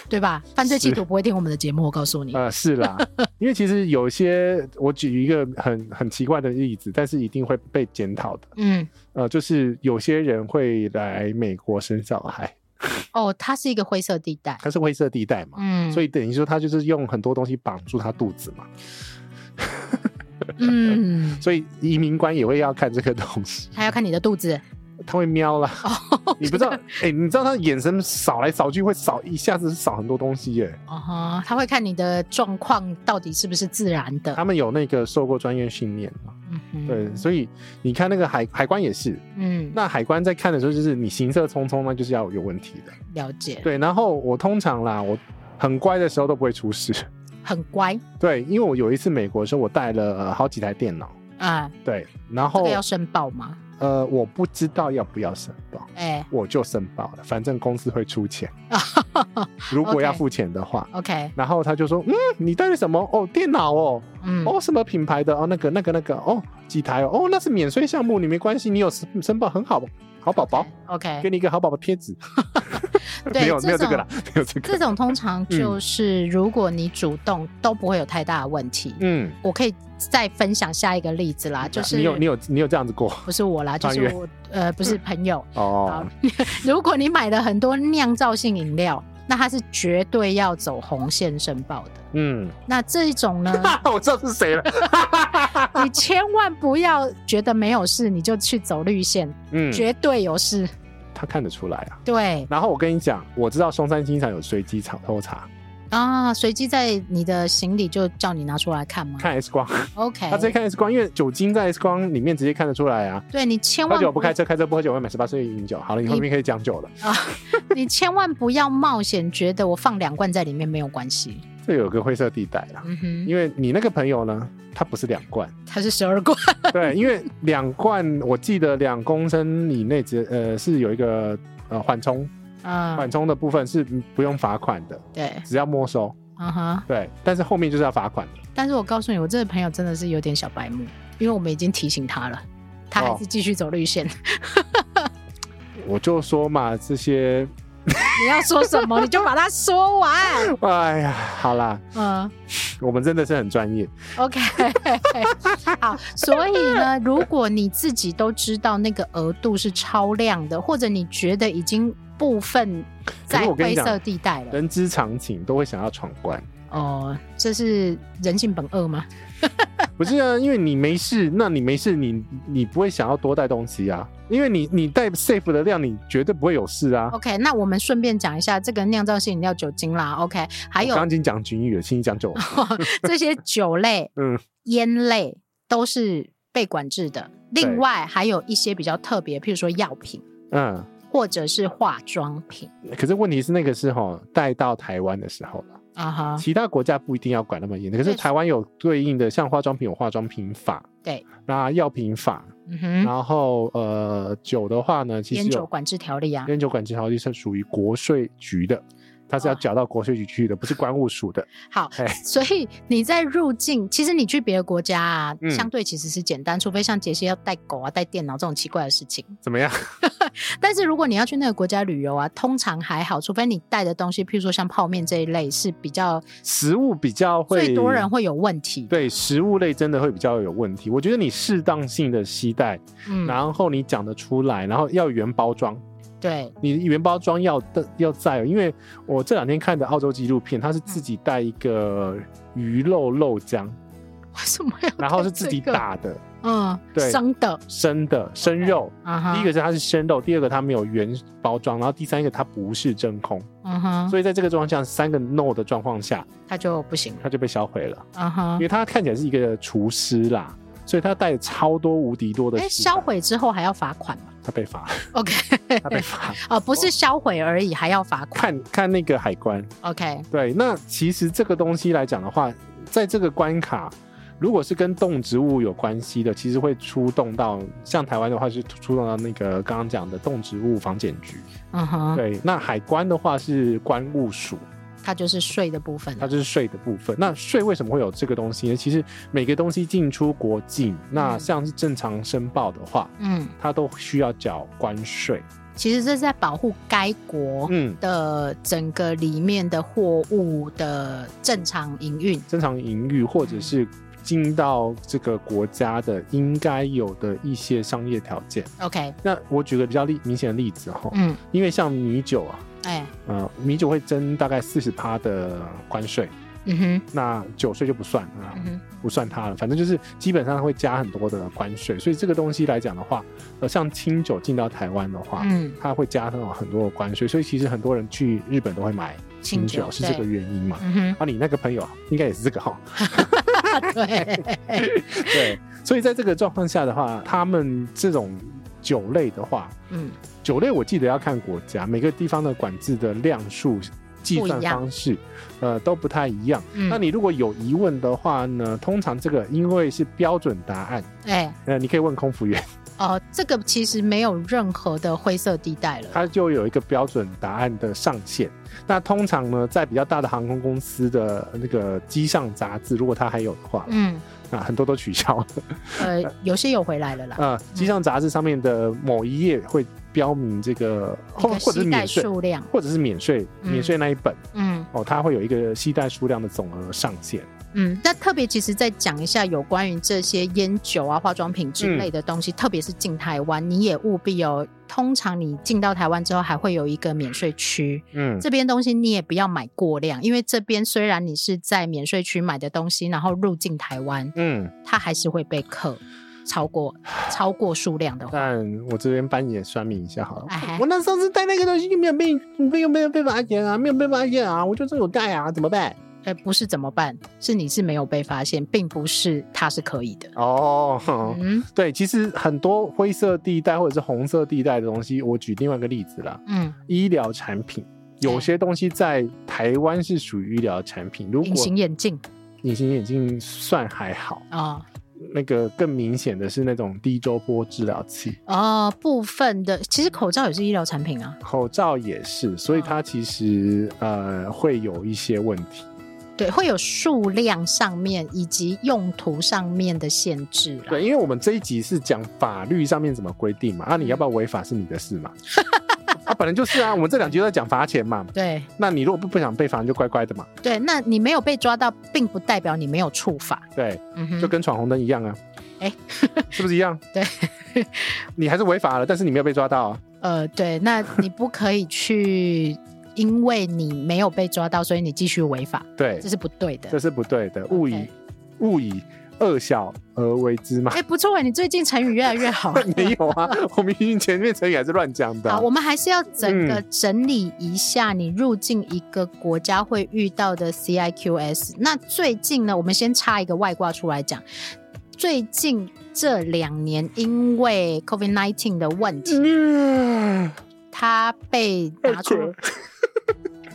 对吧？犯罪企图不会听我们的节目，我告诉你。
呃，是啦，因为其实有些我举一个很很奇怪的例子，但是一定会被检讨的，
嗯，
呃，就是有些人会来美国生小孩，
哦，它是一个灰色地带。
它是灰色地带嘛，
嗯，
所
以
以等于说他就是用很多东西绑住他肚子嘛，
嗯，
所以移民官也会要看这个东西。
还要看你的肚子。
他会瞄啦。
哦
你 不知道，哎、你知道他眼神扫来扫去，会扫一下子扫很多东西耶。
哦哈，他会看你的状况到底是不是自然的。
他们有那个受过专业训练嘛？
嗯哼
对，，所以你看那个海海关也是，
嗯，
那海关在看的时候，就是你行色匆匆，那就是要有问题的。
了解，
对，然后我通常啦，我很乖的时候都不会出事。
很乖
对，因为我有一次美国的时候，我带了、呃好几台电脑。
啊。
对，然
这
后
个要申报吗？
呃，我不知道要不要申报，
哎
我就申报了，反正公司会出 钱。如果
OK
要付钱的话，
，OK，
然后他就说，嗯，你带了什么？哦，电脑哦，
嗯，
哦，什么品牌的？哦，那个那个那个，哦，几台哦，哦，那是免税项目，你没关系，你有申申报很好，好宝宝，给
，OK，
你一个好宝宝贴纸。
对
没有没有这
这种
个啦，没有这个。
这种通常就是如果你主动都不会有太大的问题。
嗯，
我可以再分享下一个例子啦，啊就是
你有你有你有这样子过
不是我啦，就
穿
是
越
我呃不是朋友。好
哦？，
如果你买了很多酿造性饮料，那它是绝对要走红线申报的。
嗯，
那这种 呢，
我知道是谁了。
你千万不要觉得没有事你就去走绿线，
嗯，
绝对有事。
他看得出来啊。
对
然后我跟你讲，我知道松山机场有随机查抽查，
啊，随机在你的行李就叫你拿出来看吗
看 X 光，
？OK，
他直接看 X 光，因为酒精在 X 光里面直接看得出来啊。
对你千
喝
万
酒不开车，开车不喝酒，未满十八岁饮酒。好了，你后面可以讲酒了，
你千万不要冒险，觉得我放两罐在里面没有关系。
这有个灰色地带啊。
嗯哼，
因为你那个朋友呢，他不是两罐，
它是十 二罐，
对，因为两罐我记得两公升以内只呃是有一个呃缓冲，
嗯
缓，冲的部分是不用罚款的，
对，
只要没收。
嗯哼。
对，但是后面就是要罚款的。
但是我告诉你，我这个朋友真的是有点小白目，因为我们已经提醒他了，他
哦
还是继续走绿线。
我就说嘛，这些，
你要说什么，你就把它说完。
哎呀，好啦，
嗯
我们真的是很专业。
，OK，好。所以呢，如果你自己都知道那个额度是超量的，或者你觉得已经部分在
可是我跟
灰
你讲
色地带了，
人之常情，都会想要闯关。
哦，这是人性本恶吗？
不是啊，因为你没事，那你没事，你你不会想要多带东西啊，因为你你带 safe 的量，你绝对不会有事啊。
OK，那我们顺便讲一下这个酿造性饮料酒精啦。OK，还有
我刚刚已经讲军语了，请你讲酒。
这些酒类、
嗯
烟类都是被管制的。另外还有一些比较特别，譬如说药品
嗯，
或者是化妆品
可是问题是那个是哈带到台湾的时候了，
啊哈，
其他国家不一定要管那么严，可是
对
台湾有对应的，像化妆品有化妆品法，
对，
那药品法，
嗯哼，
然后呃酒的话呢，其实
烟酒
有
管制条例啊，
烟酒管制条例是属于国税局的，它是要
哦
缴到国税局去的，不是关务署的。
好
哎，
所以你在入境，其实你去别的国家啊，
嗯
相对其实是简单，除非像杰西要带狗啊、带电脑这种奇怪的事情。
怎么样？
但是如果你要去那个国家旅游啊，通常还好，除非你带的东西，譬如说像泡面这一类是比较
食物比较会
最多人会有问题。，
对食物类真的会比较有问题。我觉得你适当性的携带，
嗯，
然后你讲得出来，然后要原包装，
对，
你原包装要的要在哦，因为我这两天看的澳洲纪录片，它是自己带一个鱼肉肉浆，
为什么要？
然后是自己，打的
嗯，
对
生的，
生的生肉。
啊哈，
第一个，是它是生肉，第二个它没有原包装，然后第三个它不是真空，
嗯哼，
所以在这个状况下，三个 no 的状况下，
他就不行了，
它就被销毁了。
嗯
因
哼
为。他看起来是一个厨师啦，所以他带超多无敌多的
哎，
食材
销毁之后还要罚款吗
他被罚，
？OK，
他被罚。
哦，不是销毁而已，还要罚款。
看看那个海关，
OK，
对，那其实这个东西来讲的话，在这个关卡，如果是跟动植物有关系的，其实会触动到，像台湾的话是触动到那个刚刚讲的动植物防检局，
嗯哼，
对，那海关的话是关务署，
它就是税的部分
它。就是税的部分。那税为什么会有这个东西呢？其实每个东西进出国境，那
嗯
像是正常申报的话，
嗯，
它都需要缴关税。
其实这是在保护该国
嗯，
的整个里面的货物的正常营运。
正常营运或者是进到这个国家的应该有的一些商业条件。
OK，
那我举个比较例明显的例子哈，
嗯，
因为像米酒啊，
哎，
呃，米酒会征大概四十趴的关税，
嗯哼，
那酒税就不算啊，
嗯哼，
不算它了，反正就是基本上会加很多的关税，所以这个东西来讲的话，呃，像清酒进到台湾的话，
嗯，
它会加上很多的关税，所以其实很多人去日本都会买
清
清
酒
酒，是这个
对
原因嘛？
嗯
啊，你那个朋友应该也是这个哈，
哼，对，
对， 所以在这个状况下的话，他们这种酒类的话，
嗯，
酒类我记得要看国家，每个地方的管制的量数、计算方式，呃，都不太一样。
嗯
那你如果有疑问的话呢，通常这个因为是标准答案，
哎，
呃，你可以问空服员，
哦，这个其实没有任何的灰色地带了。
它就有一个标准答案的上限。那通常呢，在比较大的航空公司的那个机上杂志，如果它还有的话，
嗯，
啊，很多都取消了。
呃，有些有回来了啦。
呃，机上杂志上面的某一页会标明这个，或
那个
呃或者是
携带
免税，
数量，
或者是免税，
嗯
免税那一本、
嗯
哦，它会有一个携带数量的总额上限。
嗯，那特别其实再讲一下有关于这些烟酒啊、化妆品
嗯
之类的东西，特别是进台湾，你也务必有。通常你进到台湾之后，还会有一个免税区，
嗯，
这边东西你也不要买过量，因为这边虽然你是在免税区买的东西，然后入境台湾，
嗯，
它还是会被扣超过超过数量 的话，
但我这边帮你也算命一下好了。
哎
我那上次带那个东西就没有被没有没有被发现啊，没有被发现啊，我就是有带啊，怎么办？
呃，不是怎么办？是你是没有被发现，并不是它是可以的。
哦，
嗯
对，其实很多灰色地带或者是红色地带的东西，我举另外一个例子啦，
嗯，
医疗产品。
哎
有些东西在台湾是属于医疗产品，如果
隐形眼镜
隐形眼镜算还好，
啊
那个更明显的是那种低周波治疗器，
哦部分的其实口罩也是医疗产品啊。
口罩也是，所以它其实呃会有一些问题。
对，会有数量上面以及用途上面的限制啦。
对，因为我们这一集是讲法律上面怎么规定嘛，啊，你要不要违法是你的事 嘛。啊，本来就是啊，我们这两集都在讲罚钱嘛。
对
那你如果不不想被罚，你就乖乖的嘛。
对，那你没有被抓到，并不代表你没有触法。
对，
嗯哼，
就跟闯红灯一样啊。
哎
是不是一样？
对，
你还是违法了，但是你没有被抓到啊。
呃，对，那你不可以去，因为你没有被抓到，所以你继续违法，
对
这，是不对的
这。是不对的，勿以
OK
勿以恶小而为之嘛
哎、。不错哎，你最近成语越来越好。
没有啊，我明明前面成语还是乱讲的啊
好，。我们还是要整个整理一下你入境一个国家会遇到的 CIQS。那最近呢，我们先插一个外挂出来讲，最近这两年因为 COVID nineteen 的问题，
嗯
它被拿出
Okay.，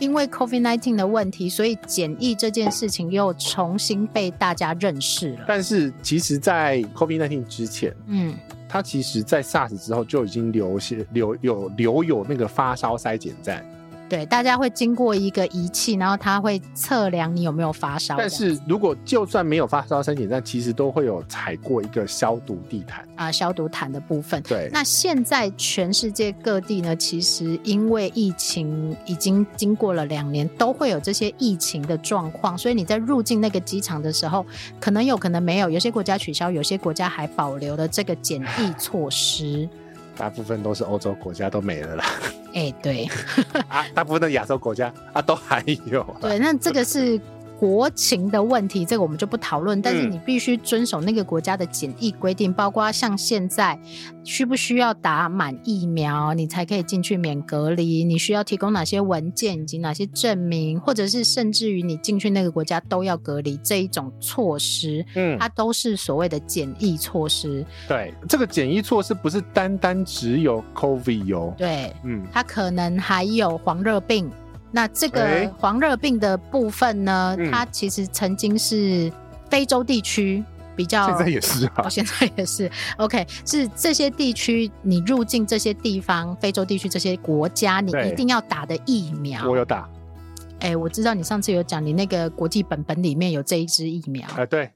因为 COVID nineteen 的问题，所以检疫这件事情又重新被大家认识了。
但是其实，在 COVID-19 之前，
嗯，
它其实在 SARS 之后就已经留些留有留有那个发烧筛检站，
对，大家会经过一个仪器，然后它会测量你有没有发烧这
但
样。
是如果就算没有发烧筛检站，其实都会有踩过一个消毒地毯。
啊、消毒毯的部分，
对，
那现在全世界各地呢，其实因为疫情已经经过了两年，都会有这些疫情的状况，所以你在入境那个机场的时候，可能有可能没有，有些国家取消，有些国家还保留了这个检疫措施。
大部分都是欧洲国家都没了啦，
哎、对
啊，大部分的亚洲国家啊都还有啊。
对，那这个是。国情的问题，这个我们就不讨论，但是
嗯
你必须遵守那个国家的检疫规定，包括像现在需不需要打满疫苗，你才可以进去免隔离？你需要提供哪些文件以及哪些证明，或者是甚至于你进去那个国家都要隔离这一种措施，
嗯，
它都是所谓的检疫措施。
对，这个检疫措施不是单单只有 COVID 哦，
对，
嗯，
它可能还有黄热病。那这
诶
个黄热病的部分呢，
嗯
它其实曾经是非洲地区比较，
现在也是啊
哦，， 现在也是 OK，是这些地区你入境这些地方，非洲地区这些国家，你
对
一定要打的疫苗
我。有打，
哎、我知道你上次有讲，你那个国际本本里面有这一支疫苗。
哎，对，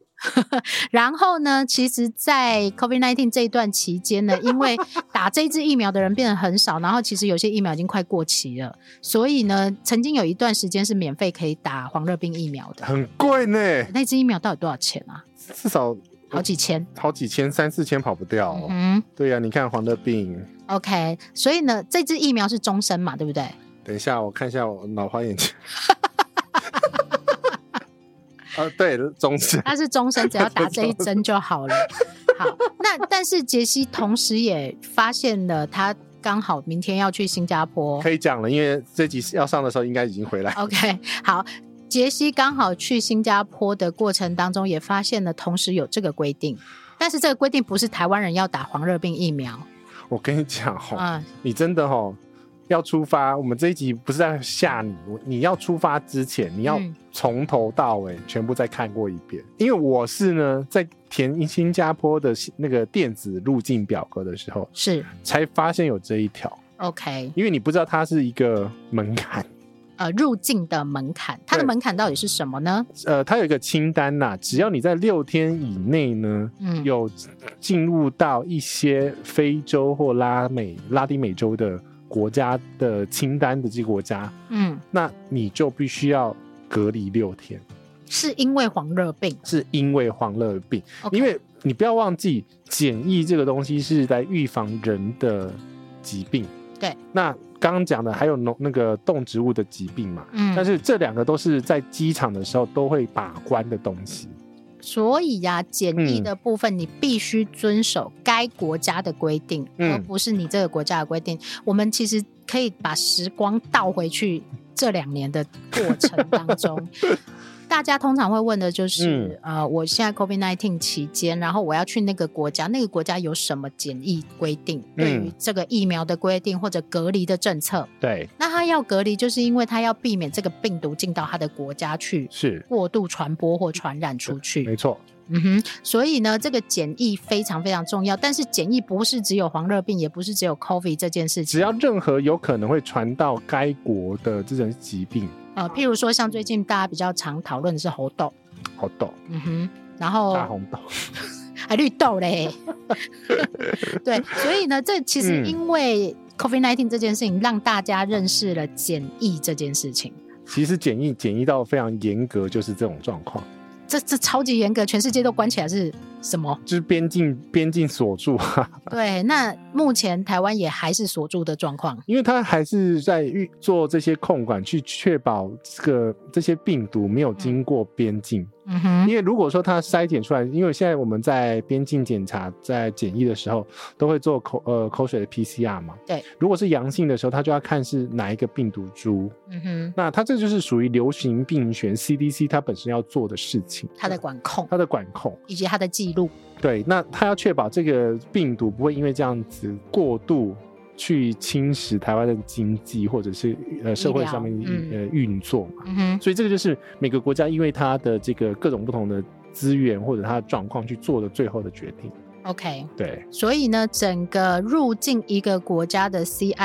然后呢，其实，在 COVID-19 这一段期间呢，因为打这支疫苗的人变得很少，然后其实有些疫苗已经快过期了，所以呢，曾经有一段时间是免费可以打黄热病疫苗的。
很贵呢，
那支疫苗到底多少钱啊？
至少
好几千。
好几千、三四千跑不掉哦、
嗯
对呀、你看黄热病。
，OK。所以呢，这支疫苗是终身嘛，对不对？
等一下，我看一下我脑花眼 睛。呃，对，总之，
它是终身，只要打这一针就好了。好，那但是杰西同时也发现了，他刚好明天要去新加坡
可。以讲了，因为这集要上的时候应该已经回来。
OK，好，杰西刚好去新加坡的过程当中，也发现了同时有这个规定，但是这个规定不是台湾人要打黄热病疫苗，
我跟你讲哦，
嗯，
你真的哦要出发，我们这一集不是在吓你，我你要出发之前，你要
嗯
从头到尾全部再看过一遍。因为我是呢，在填新加坡的那个电子入境表格的时候，
是
才发现有这一条，
OK，
因为你不知道它是一个门槛。
呃，入境的门槛，它的
对
门槛到底是什么呢？
呃，它有一个清单呐、只要你在六天以内呢，
嗯，
有进入到一些非洲或拉美、拉丁美洲的国家的清单的这些国家，
嗯，
那你就必须要隔离六天。
是因为黄热病
是因为黄热病。
，OK，
因为你不要忘记，检疫这个东西是来预防人的疾病。
对，
那刚刚讲的还有农那个动植物的疾病嘛，
嗯，
但是这两个都是在机场的时候都会把关的东西。
所以呀、检疫
嗯
的部分你必须遵守该国家的规定，
嗯
而不是你这个国家的规定。我们其实可以把时光倒回去这两年的过程当 中。大家通常会问的
嗯
就是，呃，我现在 COVID 1 9期间，然后我要去那个国家，那个国家有什么检疫规定？
嗯
对于这个疫苗的规定或者隔离的政策，
对，
那他要隔离，就是因为他要避免这个病毒进到他的国家去
是
过度传播或传染出去。
没错。
嗯哼，所以呢，这个检疫非常非常重要。但是检疫不是只有黄热病，也不是只有 COVID 这件事情。
只要任何有可能会传到该国的这种疾病，
呃，譬如说像最近大家比较常讨论的是猴痘，
好痘、
嗯哼，然
大
后
红豆，
还绿 豆嘞，对，所以呢，这其实
嗯
因为 COVID 1 9这件事情，让大家认识了检疫这件事情。
其实检疫检疫到非常严格，就是这种状况，
这这超级严格，全世界都关起来是 什么？
就是边境边境锁住啊，
对，那目前台湾也还是锁住的状况。
因为它还是在预做这些控管，去确保这个这些病毒没有经过边境。
嗯哼，
因为如果说它筛检出来，因为现在我们在边境检查、在检疫的时候，都会做口呃口水的 PCR 嘛。
对，
如果是阳性的时候，它就要看是哪一个病毒株。
嗯哼，
那它这就是属于流行病学 CDC 它本身要做的事情，
它的管控
它的管控。
以及它的记录。
对，那它要确保这个病毒不会因为这样子过度去侵蚀台湾的经济或者是呃社会上面
医
的
疗嗯
呃运作嘛。
嗯哼，
所以这个就是每个国家因为它的这个各种不同的资源或者它的状况去做的最后的决定。
OK，
对，
所以呢，整个入境一个国家的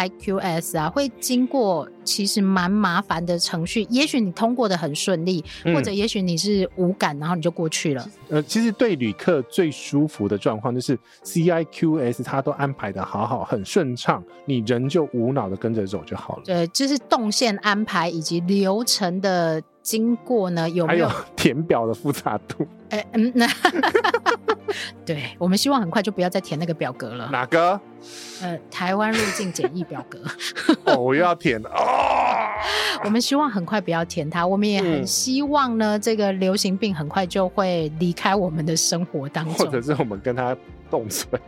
CIQS 啊，会经过其实蛮麻烦的程序。也许你通过的很顺利，
嗯
或者也许你是无感，然后你就过去了。
呃，其实对旅客最舒服的状况就是 CIQS 它都安排的好好，很顺畅，你人就无脑的跟着走就好了。
对，就是动线安排以及流程的经过呢，有
还
没有
有？ 填表的复杂度，
哎、嗯， 那对我们希望很快就不要再填那个表格了。
哪个？
呃，台湾入境检疫表格，
哦，我又要填了哦。
我们希望很快不要填它，我们也很
嗯
希望呢，这个流行病很快就会离开我们的生活当
或者
中。
是我们跟他共存。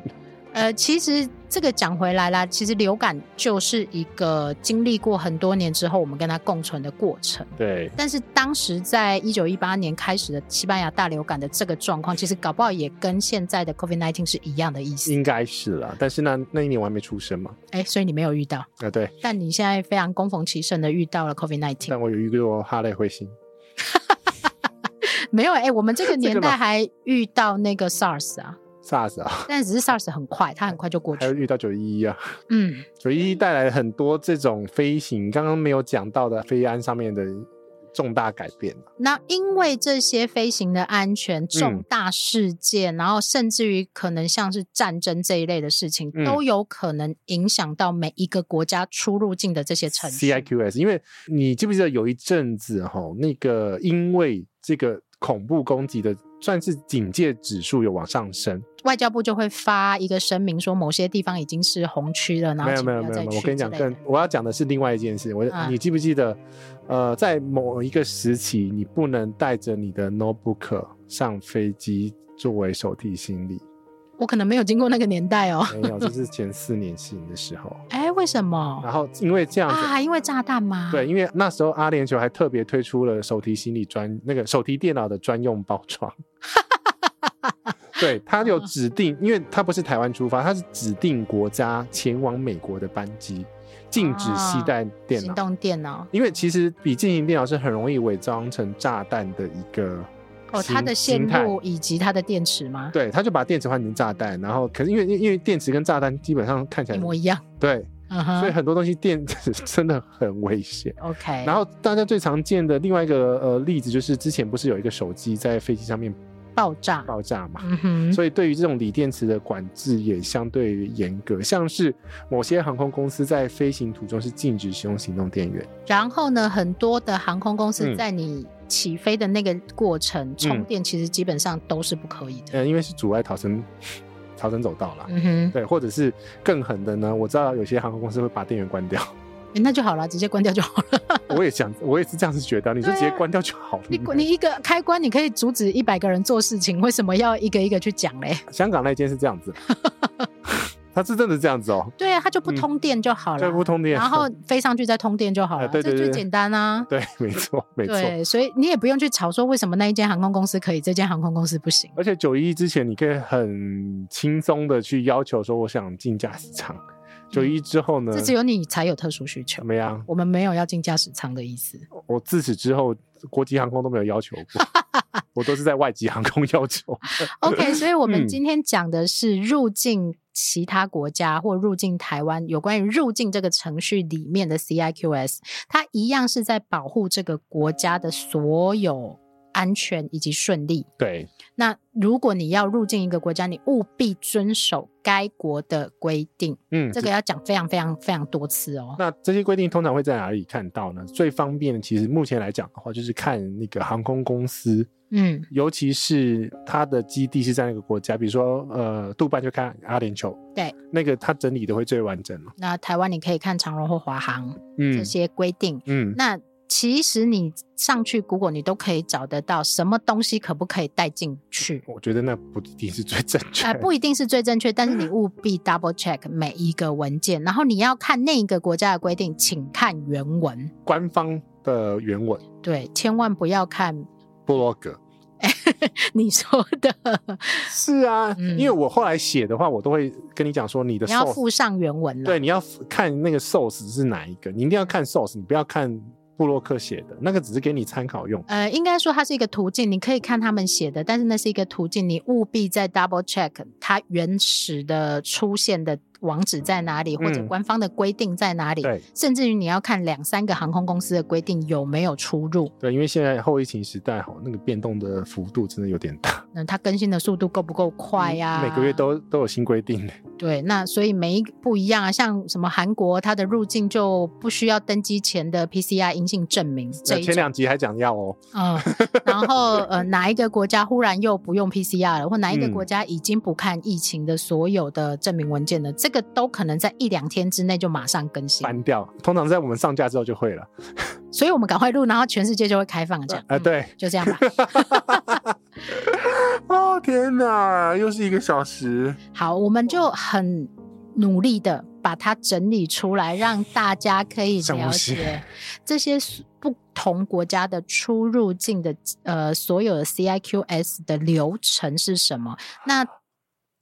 呃，其实这个讲回来啦，其实流感就是一个经历过很多年之后，我们跟它共存的过程。
对，
但是当时在一九一八年开始的西班牙大流感的这个状况，其实搞不好也跟现在的 COVID-19 是一样的意思。
应该是啦、但是那那一年我还没出生嘛。
哎、所以你没有遇到，
啊，对，
但你现在非常恭逢其盛的遇到了 COVID-19。
但我有遇过哈雷彗星。
没有哎、我们这个
这个
年代
吧
还遇到那个 SARS 啊，
SARS 啊，
但只是 SARS 很快，它很快就过
还有
去。
遇到九一一啊，
嗯，
九一一带来很多这种飞行刚刚没有讲到的飞安上面的重大改变。啊
那因为这些飞行的安全、重
嗯
大事件，然后甚至于可能像是战争这一类的事情，
嗯
都有可能影响到每一个国家出入境的这些程序。
CIQS，因为你记不记得有一阵子哈，那个因为这个恐怖攻击的算是警戒指数有往上升，
外交部就会发一个声明说，某些地方已经是红区了，然后
没有
请
没
不
有
要
没有
再
没
去
有，我跟你
之
讲，
类
更
的
我要讲的是另外一件事。我、
啊
你记不记得，呃，在某一个时期，你不能带着你的 notebook 上飞机作为手提行李。
我可能没有经过那个年代哦。
没有，这是前四年行的时候。
哎、为什么
然后因为这样子，
啊？因为炸弹吗？
对，，因为那时候阿联酋还特别推出了手提行李专那个手提电脑的专用包 装。对，它有指定，因为它不是台湾出发，它是指定国家前往美国的班机，禁止携
啊
带电脑
行。动电脑
因为其实笔记型电脑是很容易伪装成炸弹的一个
哦，它
形
的线
形态
路以及它的电池吗？
对，他就把电池换成炸弹，然后可是因为因为因为电池跟炸弹基本上看起
一
来
模一样。
对，
嗯
所以
哼
很多东西电池真的很危险。
，OK。
然后大家最常见的另外一个呃例子就是之前不是有一个手机在飞机上面
爆炸，
爆炸嘛？
嗯哼，
所以对于这种锂电池的管制也相对严格，像是某些航空公司在飞行途中是禁止使用行动电源。
然后呢，很多的航空公司
嗯
在你起飞的那个过程，充电其实基本上都是不可以的。
呃，因为是阻碍逃生逃生走道啦。
嗯哼，
对，或者是更狠的呢？我知道有些航空公司会把电源关 掉，
诶那就好了，直接关掉就
嗯
好了。
我也想，我也是这样子觉得。你就
对啊
直接关掉就好了。
你你一个开关，你可以阻止一百个人做事情，为什么要一个一个去讲嘞？
香港那间是这样子， 它是真的这样子哦，
对啊，它就不
嗯
通电就好了，
就不通电。
然后飞上去再通电就好了，
哎对对
这
对
最简单啊。
对，没错，没错。
对，所以你也不用去吵说为什么那一间航空公司可以，这间航空公司不行。
而且九一一之前，你可以很轻松的去要求说，我想进驾驶舱。九一一之后呢？
这嗯只有你才有特殊需求
怎，么样？
我们没有要进驾驶舱的意思。
我自此之后，国际航空都没有要求 过，我都是在外籍航空要求。
OK，所以我们
嗯
今天讲的是入境其他国家或入境台湾有关于入境这个程序里面的 CIQS，它一样是在保护这个国家的所有安全以及顺利。
对，
那如果你要入境一个国家，你务必遵守该国的规定，
嗯，
这个要讲非常非常非常多次哦。
那这些规定通常会在哪里看到呢？最方便，其实目前来讲的话，就是看那个航空公司，
嗯
尤其是它的基地是在那个国家，比如说呃，杜拜就看阿联酋，
对，
那个它整理的会最完整嘛。
那台湾你可以看长荣或华航这
嗯
些规定。
嗯，
那其实你上去 Google，你都可以找得到什么东西可不可以带进 去。
我觉得那不一定是最正确
呃，
的。
不一定是最正确，但是你务必 double check 每一个文件，然后你要看那一个国家的规定，请看原文，
官方的原文
对，千万不要看
布洛格。
你说的，
是啊，
嗯
因为我后来写的话，我都会跟你讲说你的
你要
source，
附上原文了。
对，你要看那个 source 是哪一个，你一定要看 source，你不要看布洛克写的，那个只是给你参考用。
呃，应该说它是一个途径，你可以看他们写的，但是那是一个途径，你务必再 double check 它原始的出现的网址在哪里，或者
嗯
官方的规定在哪里，
对
甚至于你要看两三个航空公司的规定有没有出入，
对，因为现在后疫情时代哈，那个变动的幅度真的有点 大，
那它更新的速度够不够快呀、
嗯每个月都都有新规定。
对，那所以每一个不一样啊，像什么韩国，它的入境就不需要登机前的 PCR 阴性证明这
那
一
前
种。
两集还讲要哦，
嗯，然后呃，哪一个国家忽然又不用 PCR 了，或哪一个
嗯
国家已经不看疫情的所有的证明文件了，这个都可能在一两天之内就马上更新，
翻掉，通常在我们上架之后就会了。
所以我们赶快录，然后全世界就会开放这样。
啊，
嗯，
对，
就这样吧。
哦天哪，又是一个小时，
好，我们就很努力的把它整理出 来，让大家可以
深
了
呼吸
解这些不同国家的出入境的呃所有的 CIQS 的流程是什么。那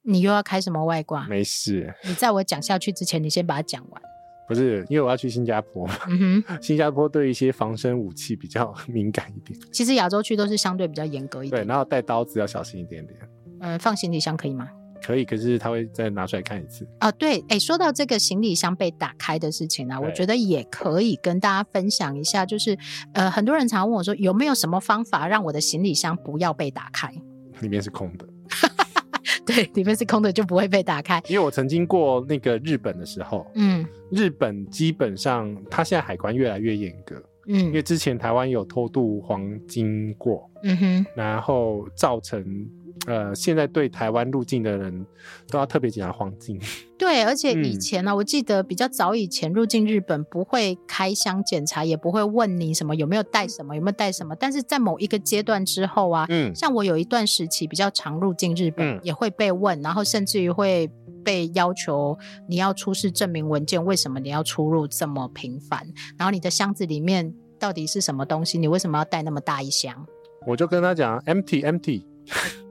你又要开什么外 挂？
没事，
你在我讲下去之前，你先把它讲完。
不是因为我要去新加坡嘛，
嗯哼，
新加坡对一些防身武器比较 敏感一点，
其实亚洲区都是相对比较严格一
对，
点。
然后带刀子要小心一点点，
嗯、放行李箱可以吗？
可以，可是他会再拿出来看一次。
哦，对，哎，说到这个行李箱被打开的事情啊，我
对
觉得也可以跟大家分享一下，就是呃，很多人常问我说，有没有什么方法让我的行李箱不要被打开？
里面是空的，
对，里面是空的就不会被打开。
因为我曾经过那个日本的时候，
嗯
日本基本上它现在海关越来越严格，因
嗯
为之前台湾有偷渡黄金过，
嗯哼，
然后造成呃现在对台湾入境的人都要特别检查黄金，
对，而且以
嗯
前呢、我记得比较早以前入境日本不会开箱检查，也不会问你什么有没有带什么，有没有带什么，但是在某一个阶段之后啊，
嗯，
像我有一段时期比较常入境日本，
嗯
也会被问，然后甚至于会被要求你要出示证明文件，为什么你要出入这么频繁？然后你的箱子里面到底是什么东西？你为什么要带那么大一箱？
我就跟他讲 empty empty，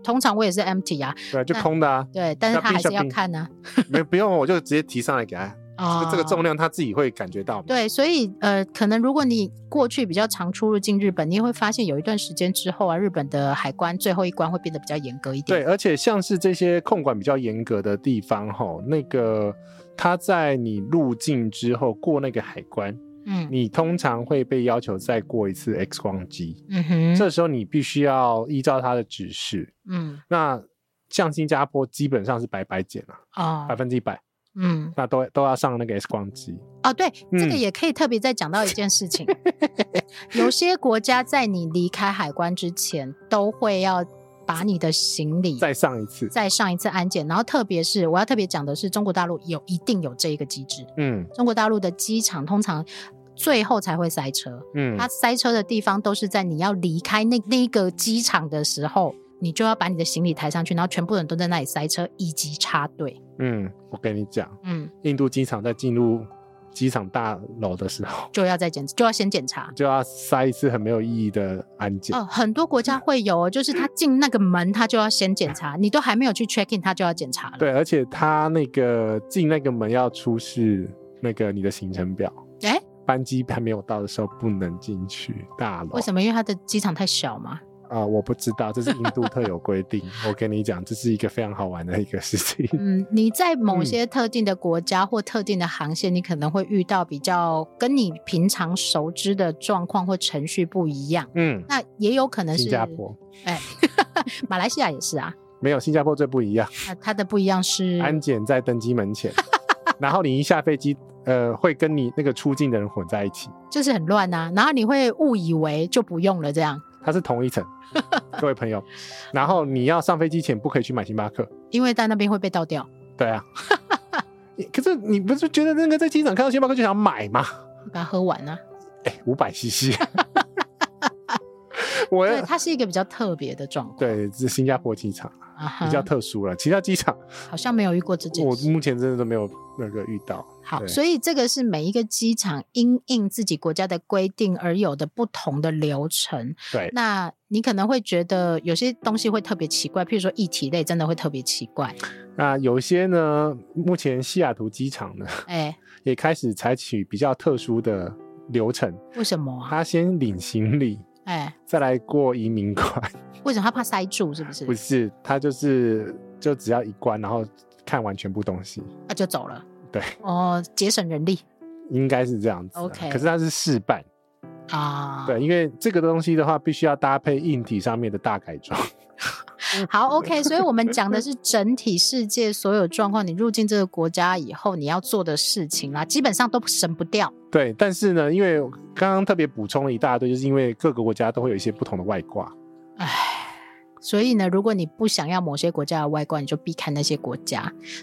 通常我也是 empty 啊，
对啊，就
那
空的啊，
对，但是
那
他还
冰箱
是要
冰
看呢、
没不用，我就直接提上来给他，哦
啊。
这个重量他自己会感觉到嘛，
对，所以呃，可能如果你过去比较常出入境日本，你也会发现有一段时间之后啊，日本的海关最后一关会变得比较严格一点。
对，而且像是这些控管比较严格的地方，吼，那个它在你入境之后过那个海关，
嗯
你通常会被要求再过一次 X 光机，
嗯哼，
这时候你必须要依照它的指示。
嗯
那像新加坡基本上是白白检啊，
哦
百，分之一百。
嗯，
那都都要上那个 X 光机。
哦，对，这个
嗯
也可以特别再讲到一 件事情，有些国家在你离开海关之前，都会要把你的行李
再上一次，
再上一次安检，然后特别是我要特别讲的是，中国大陆有一定有这一个机制，
嗯
中国大陆的机场通常最后才会塞车，
嗯
它塞车的地方都是在你要离开那那一个机场的时候，你就要把你的行李抬上去，然后全部人都在那里塞车以及插队，
嗯，我跟你讲，
嗯，
印度机场在进入机场大楼的时候，
就要再检就要先检查。
就要塞一次很没有意义的安检。
哦，很多国家会有哦，就是他进那个门，他就要先检查，你都还没有去 check in，他就要检查了。
对，而且他那个进那个门要出示那个你的行程表，
诶
班机还没有到的时候不能进去大楼。
为什么？因为他的机场太小嘛。
啊、我不知道，这是印度特有规定。我跟你讲，这是一个非常好玩的一个事 情。
嗯，你在某些特定的国家或特定的航线，你可能会遇到比较跟你平常熟知的状况或程序不一样。
嗯，
那也有可能是
新加坡
哎，马来西亚也是啊。
没有，新加坡最不一样，
那它的不一样是，
安检在登机门前，然后你一下飞机，呃，会跟你那个出境的人混在一起，
就是很乱啊。然后你会误以为就不用了这样，
它是同一 层，各位朋友。然后你要上飞机前不可以去买星巴克，
因为在那边会被倒掉。
对 啊。可是你不是觉得那个在机场看到星巴克就想买吗？
把它喝完啊，
五百 CC，我
对，它是一个比较特别的状况，
对，这是新加坡机场
啊哈
比较特殊了，其他机场
好像没有遇过这件
我
事。
目前真的都没有那个遇到。
好，
对
所以这个是每一个机场因应自己国家的规定而有的不同的流程。
对
那你可能会觉得有些东西会特别奇怪，譬如说议题类真的会特别奇 怪。
那有些呢，目前西雅图机场呢
哎，
也开始采取比较特殊的流程，
为什么啊？
他先领行李，
哎，
再来过移民关，
为什么他怕塞住？是不是？
不是他就是就只要一关，然后看完全部东西，
他就走了。
对，
哦，节省人力
应该是这样子啊。
OK
可是它是试办，
啊。
对，因为这个东西的话，必须要搭配硬体上面的大改装。
好，OK，所以我们讲的是整体世界所有状况，你入境这个国家以后你要做的事情啦，基本上都省不掉。
对，但是呢，因为刚刚特别补充了一大堆，就是因为各个国家都会有一些不同的外挂。
所以呢，如果你不想要某些国家的外观，你就避开那些国家；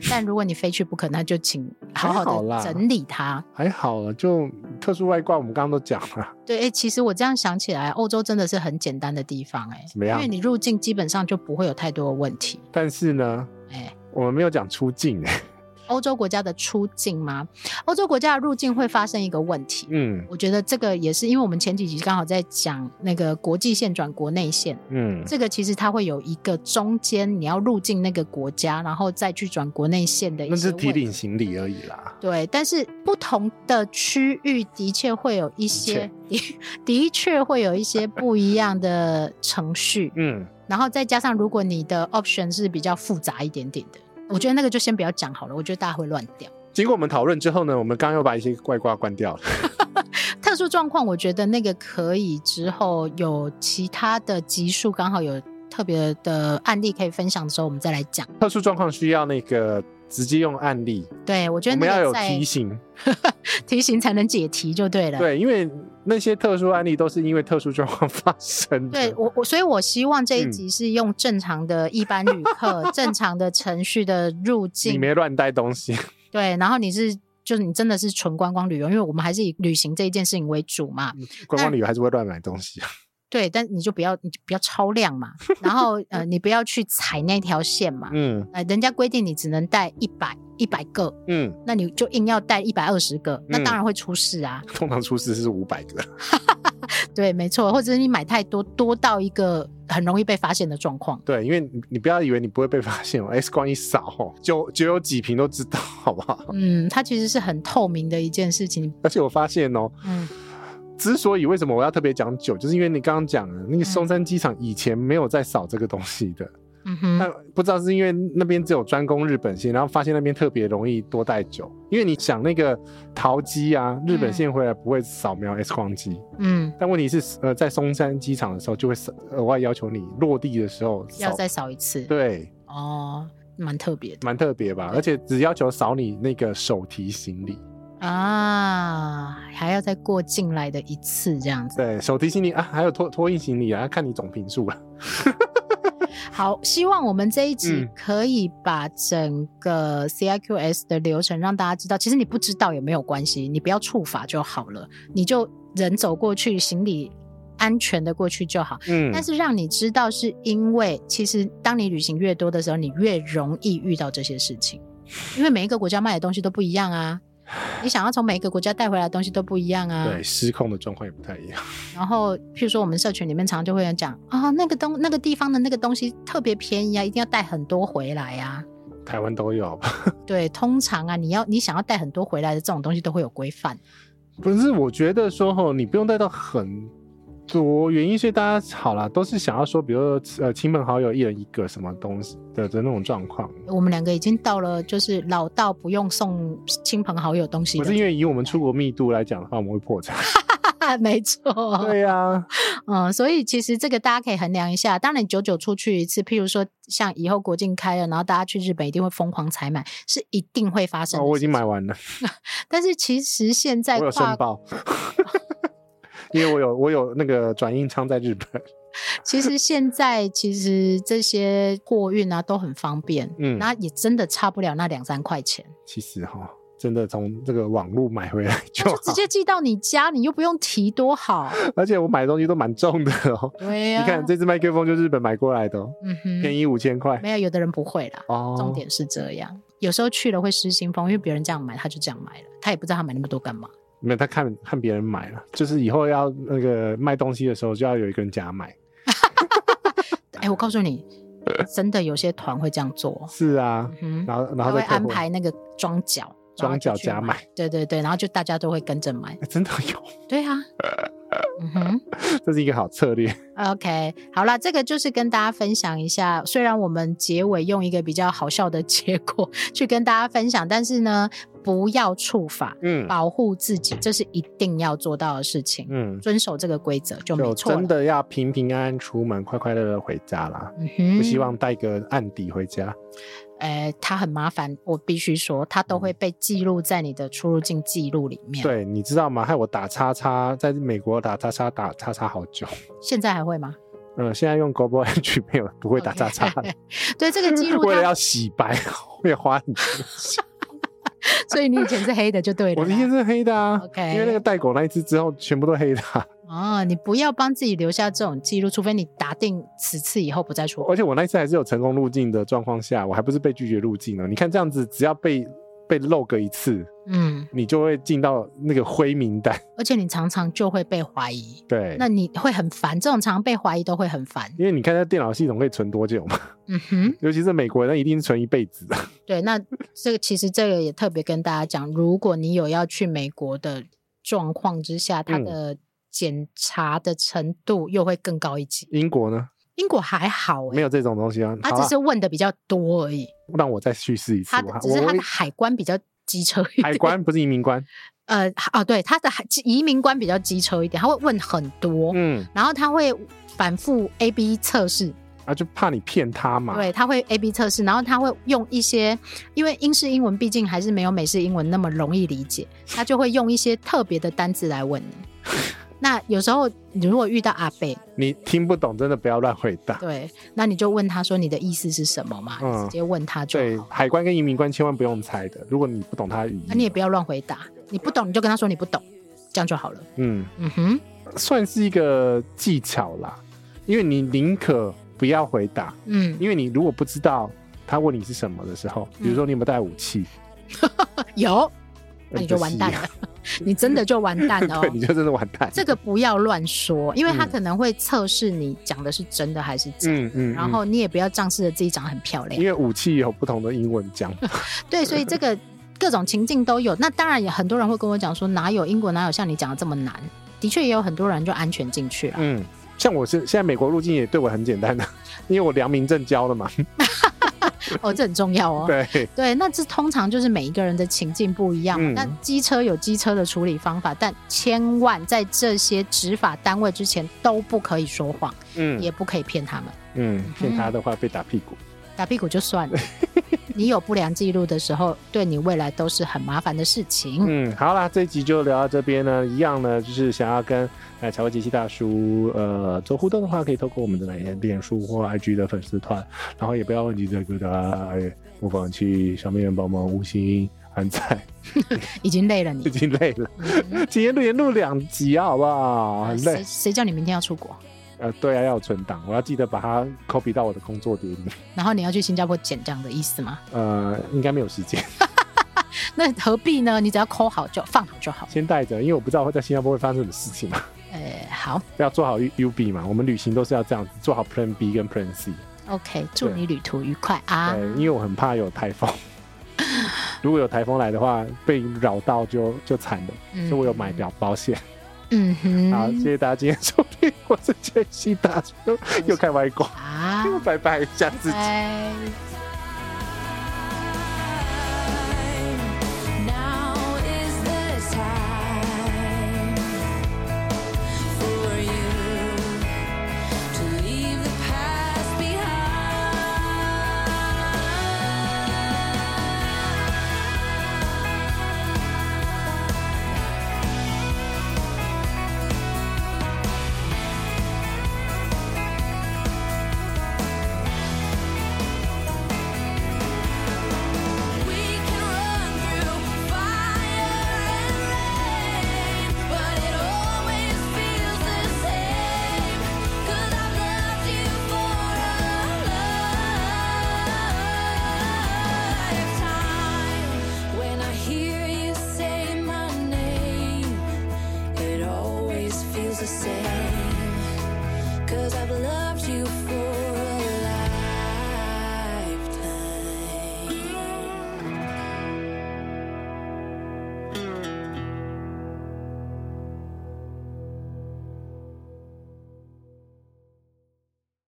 但如果你非去不可，那就请好
还好
的
啦
整理它。
还好了，就特殊外挂，我们刚刚都讲了，
对，哎、其实我这样想起来，欧洲真的是很简单的地方、诶
怎么
因
样
为？你入境基本上就不会有太多的问题，
但是呢，
哎、
我们没有讲出境、欸，
欧洲国家的出境吗？欧洲国家的入境会发生一个问题，
嗯
我觉得这个也是因为我们前几集刚好在讲那个国际线转国内线，
嗯
这个其实它会有一个中间你要入境那个国家，然后再去转国内线的一些
那是提
问题
领行李而已啦。
对，但是不同的区域的确会有一些，的 的确会有一些不一样的程序，
嗯，
然后再加上如果你的 option 是比较复杂一点点的，我觉得那个就先不要讲好了，我觉得大家会乱掉。
经过我们讨论之后呢，我们刚刚又把一些外挂关掉了。
特殊状况，我觉得那个可以之后有其他的集数刚好有特别的案例可以分享的时候，我们再来讲。
特殊状况需要那个直接用案例，
对，我觉
我
得
们要
那
有
个在
提醒，
提醒才能解题就对了。
对，因为那些特殊案例都是因为特殊状况发生的。
对我我，所以我希望这一
嗯
集是用正常的一般旅客、正常的程序的入
你
境，
没乱带东西，
对，然后你是就是你真的是纯观光旅游，因为我们还是以旅行这一件事情为主嘛，
观光旅游还是会乱买东西啊。
对，但你就不要你就不要超量 嘛，然后呃你不要去踩那条线嘛，
嗯
呃人家规定你只能带一百一百个，
嗯，
那你就硬要带一百二十个，那当然会出事啊，
通常出事是五百个。
对，没错，或者是你买太多多到一个很容易被发现的状况。
对，因为你你不要以为你不会被发现哦，X 光一扫哦，就就有几瓶都知道， 好不好？
嗯，它其实是很透明的一件事情。
而且我发现哦，
嗯，
之所以为什么我要特别讲酒，就是因为你刚刚讲了，那个松山机场以前没有在扫这个东西的，
嗯哼，
那、不知道是因为那边只有专攻日本线，然后发现那边特别容易多带酒，因为你想那个桃机啊，日本线回来不会扫描 X 光机，
嗯，
但问题是呃在松山机场的时候就会扫额外要求你落地的时候
要
扫，
再扫一次。
对，
哦，蛮特别的
蛮特别吧？而且只要求扫你那个手提行李，
啊，还要再过进来的一次这样子。
对，手提行李啊，还有托托运行李啊，看你总频数了。
好，希望我们这一集
嗯
可以把整个 CIQS 的流程让大家知道。其实你不知道也没有关系，你不要触法就好了，你就人走过去，行李安全的过去就好。
嗯，
但是让你知道，是因为其实当你旅行越多的时候，你越容易遇到这些事情，因为每一个国家卖的东西都不一样啊，你想要从每一个国家带回来的东西都不一样啊。
对，失控的状况也不太一样。
然后，譬如说我们社群里面常常就会有人讲啊、那个东那个地方的那个东西特别便宜啊，一定要带很多回来啊。
台湾都有，
对，通常啊，你要你想要带很多回来的这种东西都会有规范。
不是？我觉得说吼，你不用带到很多，原因是大家好啦，都是想要说，比如说呃亲朋好友一人一个什么东西的的那种状况。
我们两个已经到了就是老到不用送亲朋好友东西
不
的，
是因为以我们出国密度来讲的话，我们会破产。
没错，
对 呀，
嗯，所以其实这个大家可以衡量一下。当然，久久出去一次，譬如说像以后国境开了，然后大家去日本一定会疯狂采买，是一定会发生
哦，
的、
我已经。买完了，
但是其实现在
我有
跨
申报， 因为我有我有那个转印仓在日本。
其实现在其实这些货运啊都很方便，
嗯，
那也真的差不了那两三块 钱，
其实哈，真的从这个网络买回来就
那
好
哦就，直接寄到你家，你又不用提，多 好。
而且我买的东西都蛮重的哦。
对
你
呀、
看，这支麦克风就日本买过来的哦，
嗯
便
哼，
宜五千块
没有，有的人不会啦。
哦。
重点是这样，有时候去了会失心疯，因为别人这样买，他就这样买了，他也不知道他买那么多干嘛。
没有，他看看别人买了，就是以后要那个卖东西的时候，就要有一个人假买。
哦哎、我告诉你，真的有些团会这样做。哦
是啊，
嗯哼，
然后然
他
后
会
再退
安
货、
排那个装脚，然 后
装
就
脚
去
假买
买。对对对，然后就大家都会跟着买。
哎真的有，
对啊，嗯哼。
这是一个好策略。
OK，好啦，这个就是跟大家分享一下。虽然我们结尾用一个比较好笑的结果去跟大家分享，但是呢，不要触法，
嗯
保护自己，这是一定要做到的事情。
嗯，
遵守这个规则就没
就
错
真
了。
的要平平安安出门，快快乐乐回家啦。
嗯哼
不希，望带个案底回家。
呃，它很麻烦，我必须说，它都会被记录在你的出入境记录里面。，
嗯对，你知道吗？害我打叉叉，在美国打叉叉打叉叉好久。
现在还会吗？
嗯，现在用 Global Entry 没有不会打叉叉 了
对，这个记录
为了
它，
要洗白，我也花很多钱。
所以你以前是黑的就对了
我
啦。
的天是黑的啊
OK
因为那个带狗那一只之后，全部都黑的啊、
哦，你不要帮自己留下这种记录，除非你打定此次以后不再出国
而且我那一次还是有成功入境的状况下，我还不是被拒绝入境呢。你看这样子，只要被被漏个一次，
嗯，
你就会进到那个灰名单。
而且你常常就会被怀疑，
对，
那你会很烦。这种常被怀疑都会很烦。
因为你看它电脑系统可以存多久嘛，
嗯哼，
尤其是美国人，那一定存一辈子。
对。那这个其实这个也特别跟大家讲，如果你有要去美国的状况之下，它
嗯
的检查的程度又会更高一级。
英国呢，
英国还好、欸，
没有这种东西啊。
他
好
只
啦
是问的比较多而已，
让我再去试一次
他。
我
的
还
只是他的
我
海关比较机车一点。
海关不是移民官，
呃，啊，对，他的海移民官比较机车一点，他会问很多，
嗯，
然后他会反复 A B 测试，
啊，就怕你骗他嘛。
对，他会 A B 测试，然后他会用一些，因为英式英文毕竟还是没有美式英文那么容易理解，他就会用一些特别的单字来问你。那有时候你如果遇到阿贝，
你听不懂，真的不要乱回答。
对，那你就问他说你的意思是什么嘛，
嗯
你直接问他就
对，
好，
海关跟移民官千万不用猜的。如果你不懂他的语
那、
言，
你也不要乱回答，你不懂你就跟他说你不懂，这样就好了。
嗯，
嗯哼，
算是一个技巧啦。因为你宁可不要回答，
嗯，
因为你如果不知道他问你是什么的时候，比如说你有没有带武器，
有，
那
那
你
你
就完
就完
蛋
蛋
了
了，你真的就完蛋了、哦
啊 对，。你就真的完蛋。
这个不要乱说，因为他
嗯
可能会测试你讲的是真的还是假。
嗯嗯，
然
嗯
后你也不要仗势着自己长得很漂亮
因，为武器有不同的英文讲，
对，所以这
嗯
个各种情境都有。那当然也很多人会跟我讲说，哪有英国哪有像你讲的这么难？的确也有很多人就安全进去啊了。
嗯，像我是现在美国入境也对我很简单的，因为我良民证交了嘛，
哦，这很重要哦。
嗯对，
对，那这通常就是每一个人的情境不一样嘛。
嗯
那机车有机车的处理方法，但千万在这些执法单位之前都不可以说谎，
嗯
也不可以骗他们。
嗯，骗他的话被打屁股，
打屁股就 算了。你有不良记录的时候，对你未来都是很麻烦的事情。
嗯，好啦，这一集就聊到这边呢。一样呢，就是想要跟呃财会杰西大叔呃做互动的话，可以透过我们的脸脸书或呃 IG 的粉丝团，然后也不要忘记这个的，哎不妨去上面帮忙五星 按赞，
已经累了
已
你，
经累了，今天录也录两集啊，好不好？很累
呃谁。谁叫你明天要出国？
呃，对啊，要有存档，我要记得把它 copy 到我的工作碟里。
然后你要去新加坡捡，这样的意思吗？
呃，应该没有时间，
那何必呢？你只要抠好就放好就好。
先带着，因为我不知道会在新加坡会发生什么事情嘛。
呃，好
要做好 U U B 嘛，我们旅行都是要这样子，做好 Plan B 跟 Plan C。
，OK，祝
对
你旅途愉快啊！
对，因为我很怕有台风。 如果有台风来的话，被扰到就就惨了，
嗯
所以我有买表保险。
嗯
好，谢
哼，
谢大家今天收听，我是杰西大叔，又开外挂，
嗯 啊，
拜拜，下次见。
拜。
Now is the time for you to leave the past behind. We can run through fire and rain, but it always feels the same. I've loved you for a lifetime. When I hear you say my name, it always feels the same. Cause I've loved you for